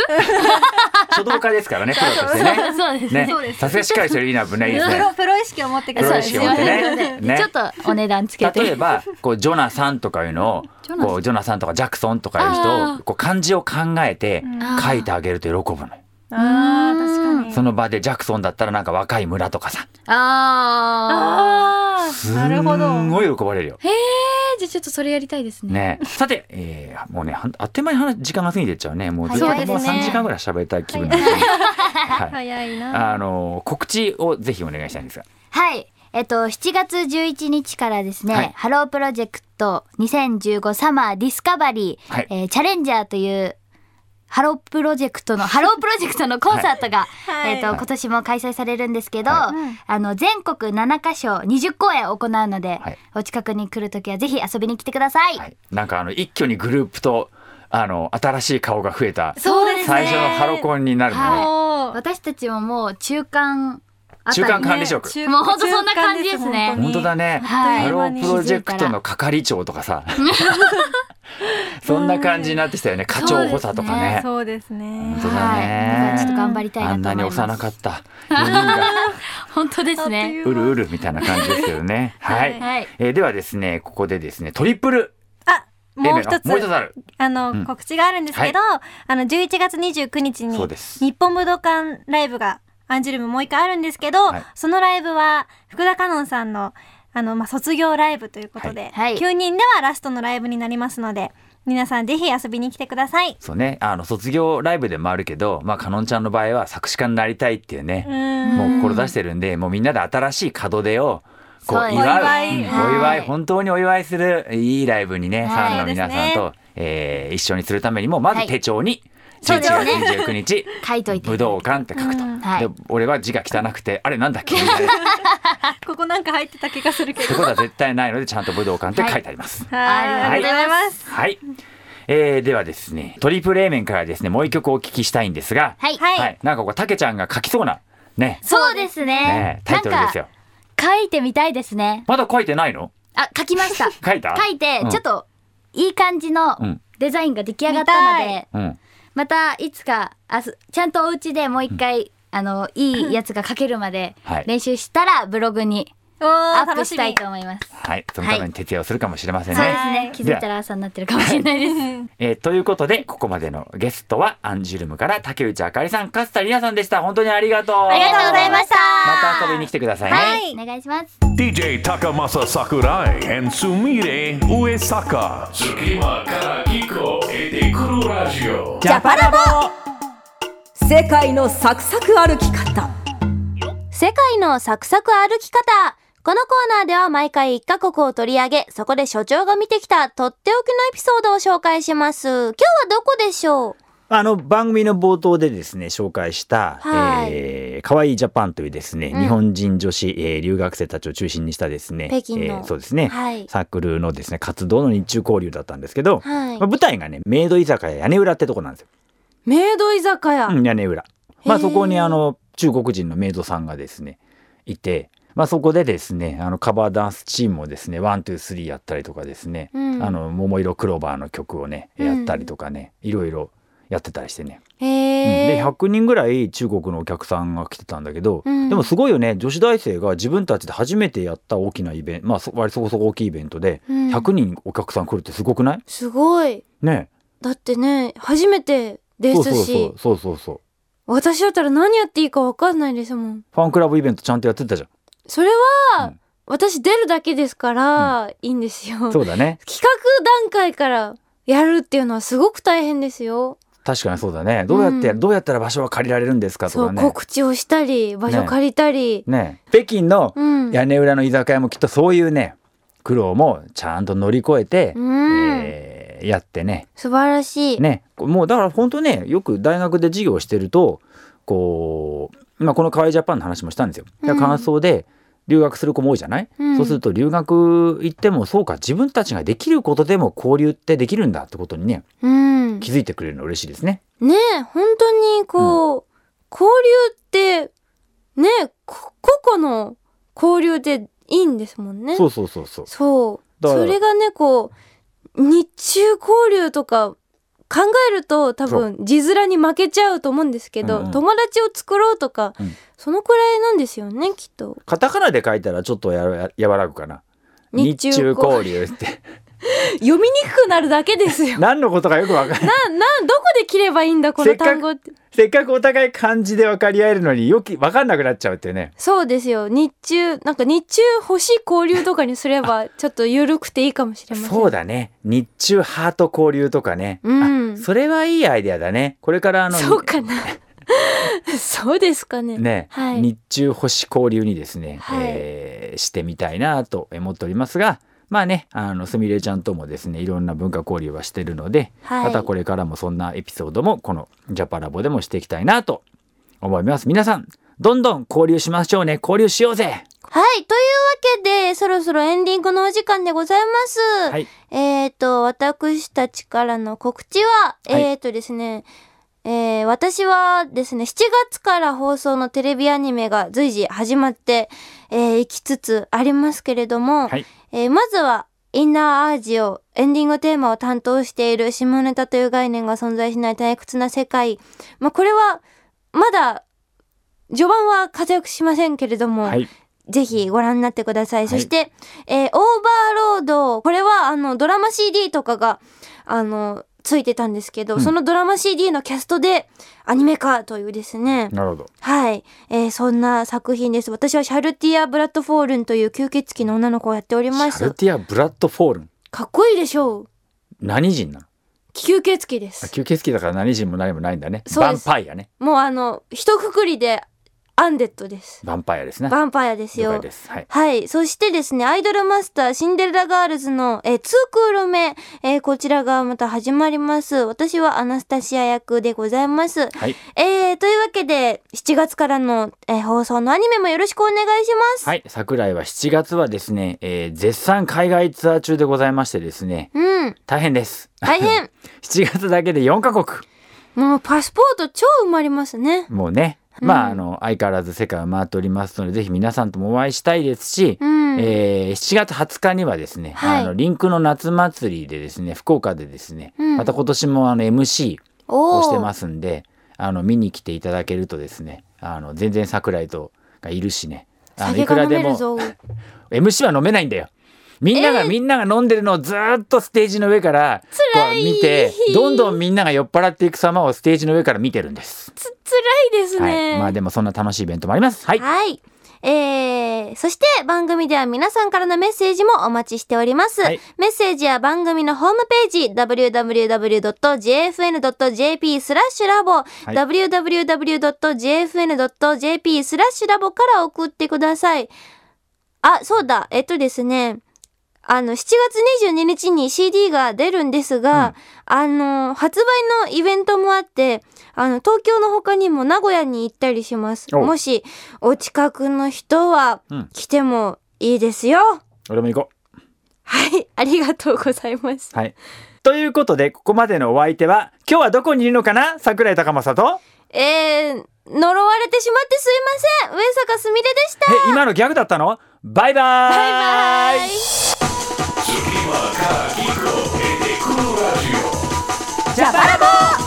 Speaker 4: 書道家ですから
Speaker 7: [laughs]
Speaker 4: ね、プロとしてね。
Speaker 7: そうですね
Speaker 9: そうで
Speaker 4: ね、
Speaker 9: す
Speaker 4: さすがしっかりしてるいいな、ぶね、いい
Speaker 9: プ
Speaker 7: [laughs]
Speaker 4: ですね。
Speaker 9: ロプロ意識を持ってく
Speaker 7: そ
Speaker 9: だ
Speaker 7: うで
Speaker 9: さい
Speaker 4: プ
Speaker 7: すす
Speaker 4: ロ意
Speaker 7: いま
Speaker 4: 識を持ってね
Speaker 7: せんすいません
Speaker 4: ね
Speaker 7: ちょっとお値段つけて
Speaker 4: 例えばこうジョナサンとかいうのを
Speaker 7: ジョナサン
Speaker 4: こうジョナサンとかジャクソンとかいう人
Speaker 7: あ
Speaker 4: をこう漢字を考えて書いてあげると喜ぶのよ。
Speaker 9: あー確かに
Speaker 4: その場でジャクソンだったらなんか若い村とかさ
Speaker 7: ああ
Speaker 9: あ
Speaker 4: す
Speaker 9: あなるほど
Speaker 4: んごい喜ばれるよ。
Speaker 7: じゃあちょっとそれやりたいですね
Speaker 4: ね、さて、えーもうねはんあっという間に話時間が過ぎてっちゃうねもうずっと
Speaker 7: そう
Speaker 4: も
Speaker 7: ですね
Speaker 4: う3時間ぐらい喋りたい気分なんですね。はい
Speaker 9: 早いな
Speaker 4: あのー告知をぜひお願いしたいんですが
Speaker 7: はい。えっと、7月11日からですね、
Speaker 4: はい
Speaker 7: ハロープロジェクト2015サマーディスカバリー、
Speaker 4: はい
Speaker 7: えーチャレンジャーというハロープロジェクトの、 [laughs] ハロープロジェクトのコンサートが、
Speaker 9: はい
Speaker 7: えっと、今年も開催されるんですけど、
Speaker 4: は
Speaker 7: あの、全国7カ所20公演を行うので、
Speaker 4: はい
Speaker 7: お近くに来るときはぜひ遊びに来てください。
Speaker 4: はい、なんかあの一挙にグループとあの新しい顔が増えた
Speaker 7: そうですね。
Speaker 4: 最初のハロコンになるのね。
Speaker 7: はい
Speaker 9: もう
Speaker 7: 私たちももう中間あたり、
Speaker 4: 中間管理職
Speaker 9: 中
Speaker 7: もうほんとそんな感じですね
Speaker 9: 中間
Speaker 4: 本当だね。
Speaker 7: はい
Speaker 4: ハロープロジェクトの係長とかさ。そんな感じになってきたよね。課長補佐とかね。
Speaker 9: そうですね
Speaker 4: 本当だね
Speaker 7: はい。だからちょっと頑張りたいな
Speaker 4: あ
Speaker 7: と
Speaker 4: ん
Speaker 7: 思
Speaker 4: ない
Speaker 7: ま
Speaker 4: に
Speaker 7: す。
Speaker 4: 幼かった4人が
Speaker 7: 本当です
Speaker 9: あっと
Speaker 7: ね。
Speaker 9: いうう間
Speaker 4: るうるみたいな感じですけどね。はい。
Speaker 7: はい。
Speaker 4: えーではですね、ここでですね、トリプル
Speaker 9: あもう
Speaker 4: M
Speaker 9: 一
Speaker 4: が
Speaker 9: つ
Speaker 4: もう一つある。
Speaker 9: あの、
Speaker 4: ん
Speaker 9: 告知があるんですけど、あの11月29日に
Speaker 4: そうです
Speaker 9: 日本武道館ライブがアンジュルムもう一回あるんですけど、
Speaker 4: はい
Speaker 9: そのライブは福田香音さんのあの、まあ、卒業ライブということで、
Speaker 7: はいはい
Speaker 9: 9人ではラストのライブになりますので皆さんぜひ遊びに来てください。
Speaker 4: そうね、あの卒業ライブでもあるけど、まあかのんちゃんの場合は作詞家になりたいっていうね。
Speaker 9: うん
Speaker 4: もう志してるんで、もうみんなで新しい門出を。こう
Speaker 7: そう
Speaker 4: 祝う、
Speaker 7: です
Speaker 4: うん
Speaker 9: お
Speaker 4: お
Speaker 9: 祝い
Speaker 4: 祝、
Speaker 9: はい
Speaker 4: 本当にお祝いするいいライブにね、フ
Speaker 7: はい
Speaker 4: ァンの皆さんと、えー一緒にするためにも、ま
Speaker 7: は
Speaker 4: ず
Speaker 7: い
Speaker 4: 手帳に。
Speaker 7: そう
Speaker 4: 11
Speaker 7: です
Speaker 4: 月
Speaker 7: よね
Speaker 4: 29日、
Speaker 7: 書いといて。
Speaker 4: 武道館って書くと、
Speaker 7: はい
Speaker 4: で俺は字が汚くて、あれなんだっ
Speaker 7: [laughs]
Speaker 4: けみたいな。っ
Speaker 9: ここなんか入ってた気がするけ
Speaker 4: て
Speaker 9: ど。
Speaker 4: ことは絶対ないので、ちゃんと武道館って書いてあります。
Speaker 9: は。
Speaker 7: ありがとうございます
Speaker 4: はい。えーではですね、トリプル A 面からですね、もう一曲お聞きしたいんですが。
Speaker 7: はい。
Speaker 9: はい
Speaker 4: なんかこう、たけちゃんが書きそうな、ね、
Speaker 7: そうですね
Speaker 4: ね。タイトルです
Speaker 7: なん
Speaker 4: よ
Speaker 7: か。書いてみたいですね。
Speaker 4: まだ書いてないの。
Speaker 7: あ、書きました。
Speaker 10: 書いた
Speaker 7: 書いて
Speaker 10: う、ん
Speaker 7: ちょっと、いい感じの
Speaker 10: うん
Speaker 7: デザインが出来上がったの
Speaker 11: 見た
Speaker 7: で、
Speaker 10: うん
Speaker 7: またいつか、あすちゃんとお家でもう一回、あの、いいやつが書けるまで
Speaker 10: はい
Speaker 7: 練習したら、ブログに
Speaker 11: おー
Speaker 7: アッ
Speaker 11: 楽
Speaker 7: プ
Speaker 11: し
Speaker 7: し
Speaker 11: み
Speaker 7: たいと思います。
Speaker 10: はいそのために徹夜をするかもしれませんね、
Speaker 7: そうですね。気づいたら朝になってるかもしれないです。
Speaker 10: えーということでここまでのゲストはアンジュルムから竹内あかりさん勝田里奈さんでした本当にありがとうあ
Speaker 7: ありがとうございました。
Speaker 10: また遊びに来てくださいね、
Speaker 7: はい、お願いします。
Speaker 2: DJ Takamasa Sakurai and Sumire Uesaka.
Speaker 12: Tsukima Karagiko et des Kuro Radio.
Speaker 13: ジャパラボ世界のサクサク歩き方
Speaker 3: 世界のサクサク歩き方このコーナーでは毎回1カ国を取り上げ、そこで所長が見てきたとっておきのエピソードを紹介します。今日はどこでしょう
Speaker 4: あの番組の冒頭でですね紹介した「
Speaker 3: はい
Speaker 4: えー、かわいいジャパン」というですね、
Speaker 3: うん
Speaker 4: 日本人女子、えー留学生たちを中心にしたですね
Speaker 3: 北京の
Speaker 4: えーそうですね、
Speaker 3: はい。
Speaker 4: サークルのですね活動の日中交流だったんですけど、
Speaker 3: はい
Speaker 4: まあ、。舞台がねメイド居酒屋屋根裏ってとこなんですよ、
Speaker 3: メイド居酒屋。
Speaker 4: うん屋根裏。まあ
Speaker 3: へー
Speaker 4: そこにあの中国人のメイドさんがですねいて、まあ、そこでですねあのカバーダンスチームをですねワン・ツー・スリーやったりとかですね、
Speaker 3: うん
Speaker 4: あの桃色クローバーの曲をねやったりとかね、いろいろやってたりしてね。
Speaker 3: へ
Speaker 4: で
Speaker 3: え。
Speaker 4: 100人ぐらい中国のお客さんが来てたんだけど、
Speaker 3: うん
Speaker 4: でもすごいよね女子大生が自分たちで初めてやった大きなイベントまあそ割そこそこ大きいイベントで
Speaker 3: うん
Speaker 4: 100人お客さん来るってすごくない
Speaker 3: すごい。
Speaker 4: ね
Speaker 3: だってね、初めてで
Speaker 4: そう
Speaker 3: す
Speaker 4: そうそ
Speaker 3: し
Speaker 4: う、そうそうそう
Speaker 3: 私だったら何やっていいかわかんないですもん。
Speaker 4: ファンクラブイベントちゃんとやってたじゃ
Speaker 3: それ
Speaker 4: う
Speaker 3: は
Speaker 4: ん、
Speaker 3: 私出るだけですから、いいんですよ。
Speaker 4: んそうだね
Speaker 3: 企画段階からやるっていうのはすごく大変ですよ。
Speaker 4: 確かにそうだねどうやって、
Speaker 3: うん
Speaker 4: どうやったら場所は借りられるんですかと
Speaker 3: そ
Speaker 4: か
Speaker 3: う、
Speaker 4: ね
Speaker 3: 告知をしたり、場所借りたり。
Speaker 4: ね北京の
Speaker 3: うん。
Speaker 4: 屋根裏の居酒屋もきっとそういうね苦労もちゃんと乗り越えて、
Speaker 3: うん
Speaker 4: えーやってね
Speaker 3: 素晴らしい。
Speaker 4: ね、もうだから本当ねよく大学で授業をしてるとこう、まあ、この「かわいいジャパン」の話もしたんですよ。で
Speaker 3: うん
Speaker 4: 感想で留学する子も多いじゃない、
Speaker 3: うん
Speaker 4: そうすると留学行ってもそうか自分たちができることでも交流ってできるんだってことにね
Speaker 3: うん。
Speaker 4: 気づいてくれるの嬉しいですね。
Speaker 3: ねえ本当にこう、交流ってねえこ個々の交流でいいんですもんね。
Speaker 4: そうそうそうそう
Speaker 3: そう
Speaker 4: だから
Speaker 3: それがねこう日中交流とか考えると多分字面に負けちゃうと思うんですけど、
Speaker 4: うんうん
Speaker 3: 友達を作ろうとか、
Speaker 4: うん
Speaker 3: そのくらいなんですよねきっと。
Speaker 4: カタカナで書いたらちょっとやらや和らぐかな。
Speaker 3: 日中交流
Speaker 4: 交流って
Speaker 3: 読みにくくなるだけですよ。な [laughs]
Speaker 4: 何のことかよくわからない
Speaker 3: なんどこで切ればいいんだこ
Speaker 4: せ
Speaker 3: の
Speaker 4: っか
Speaker 3: 単
Speaker 4: く
Speaker 3: 語って。
Speaker 4: せっかくお互い漢字で分かり合えるのによき分かんなくなっちゃうっていうね
Speaker 3: そうですよ日中なんか日中星交流とかにすれ
Speaker 4: [laughs]
Speaker 3: ばちょっと緩くていいかもしれません
Speaker 4: そうだね日中ハート交流とかね、
Speaker 3: うん
Speaker 4: あそれはいいアイデアだねこれからあの
Speaker 3: そうかな [laughs] そうですかね
Speaker 4: ね、
Speaker 3: はい
Speaker 4: 日中星交流にですね、
Speaker 3: はい
Speaker 4: えーしてみたいなと思っておりますがまあねあのすみれちゃんともですねいろんな文化交流はしてるので、
Speaker 3: はい
Speaker 4: またこれからもそんなエピソードもこのジャパラボでもしていきたいなと思います皆さんどんどん交流しましょうね交流しようぜ
Speaker 3: はいというわけでそろそろエンディングのお時間でございます、
Speaker 4: はい
Speaker 3: えっ、ー、と私たちからの告知は、
Speaker 4: はい
Speaker 3: えっ、ー、とですねえー私はですね7月から放送のテレビアニメが随時始まってえーいきつつありますけれども、
Speaker 4: はい
Speaker 3: えーまずは、インナーアージをエンディングテーマを担当している下ネタという概念が存在しない退屈な世界。まあ、これは、まだ、序盤は活躍しませんけれども、
Speaker 4: はい
Speaker 3: ぜひご覧になってください。
Speaker 4: い
Speaker 3: そして、えーオーバーロード、これは、あの、ドラマ CD とかが、あの、ついてたんですけど、そのドラマ CD のキャストでアニメ化というですね、
Speaker 4: なるほど
Speaker 3: はい、えーそんな作品です私はシャルティア・ブラッドフォールンという吸血鬼の女の子をやっておりま
Speaker 4: シャル
Speaker 3: す
Speaker 4: ティア・ブラッドフォールン
Speaker 3: かっこいいでしょう
Speaker 4: 何人なの
Speaker 3: 吸血鬼で
Speaker 4: あ
Speaker 3: す
Speaker 4: 吸血鬼だから何人も何もないんだねヴ
Speaker 3: そう
Speaker 4: ァ
Speaker 3: で
Speaker 4: ン
Speaker 3: す
Speaker 4: パイアね
Speaker 3: もうあの一括りでアンデッドです
Speaker 4: ヴァンパイアですね
Speaker 3: ヴァンパイアです
Speaker 4: 了
Speaker 3: よ
Speaker 4: 解ですはい
Speaker 3: はい。そしてですね、アイドルマスター、シンデレラガールズの、えー、2クール目、えーこちらがまた始まります。私はアナスタシア役でございます。
Speaker 4: はい
Speaker 3: えー、というわけで、7月からの、えー放送のアニメもよろしくお願いします。
Speaker 4: はい、桜井は7月はですね、えー絶賛海外ツアー中でございましてですね、
Speaker 3: うん。
Speaker 4: 大変です。
Speaker 3: 大変
Speaker 4: [laughs] 7月だけで4カ国。
Speaker 3: もうパスポート超埋まりますね。
Speaker 4: もうね、まああの相変わらず世界を回っておりますのでぜひ皆さんともお会いしたいですし、
Speaker 3: うん
Speaker 4: えー7月20日にはですね、
Speaker 3: はい
Speaker 4: あのリンクの夏祭りでですね福岡でですね、
Speaker 3: うん
Speaker 4: また今年もあの MC
Speaker 3: お
Speaker 4: を
Speaker 3: ー
Speaker 4: してますんであの見に来ていただけるとですねあの全然桜井とがいるしねあの
Speaker 3: 酒が飲めるぞ
Speaker 4: MC は飲めないんだよみんなが、みんなが飲んでるのをずーっとステージの上からこう見てどんどんみんなが酔っ払っていく様をステージの上から見てるんです、
Speaker 3: 辛いですね、
Speaker 4: はいまあでもそんな楽しいイベントもありますはい、
Speaker 3: はい。えー、そして番組では皆さんからのメッセージもお待ちしております。
Speaker 4: はい
Speaker 3: メッセージは番組のホームページ www.jfn.jp スラッシュラボ、
Speaker 4: い
Speaker 3: www.jfn.jp スラッシュラボから送ってください。あ、そうだ。えっとですね。あの、7月22日に CD が出るんですが、あの、発売のイベントもあって、あの、東京の他にも名古屋に行ったりします。
Speaker 4: お
Speaker 3: もし、お近くの人は
Speaker 4: うん
Speaker 3: 来てもいいですよ。
Speaker 4: 俺も行こ
Speaker 3: はい、ありがとうございます。
Speaker 4: うはいということでここまでのお相手は今日はどこにいるのかな桜井高政と
Speaker 3: えー、呪われてしまってすいません。上坂すみれでした。
Speaker 4: え今のギャグだったのバイバーイ
Speaker 3: バイバイ
Speaker 14: Tsukima ka Kiko e te kuru radio.
Speaker 15: ジャパラボ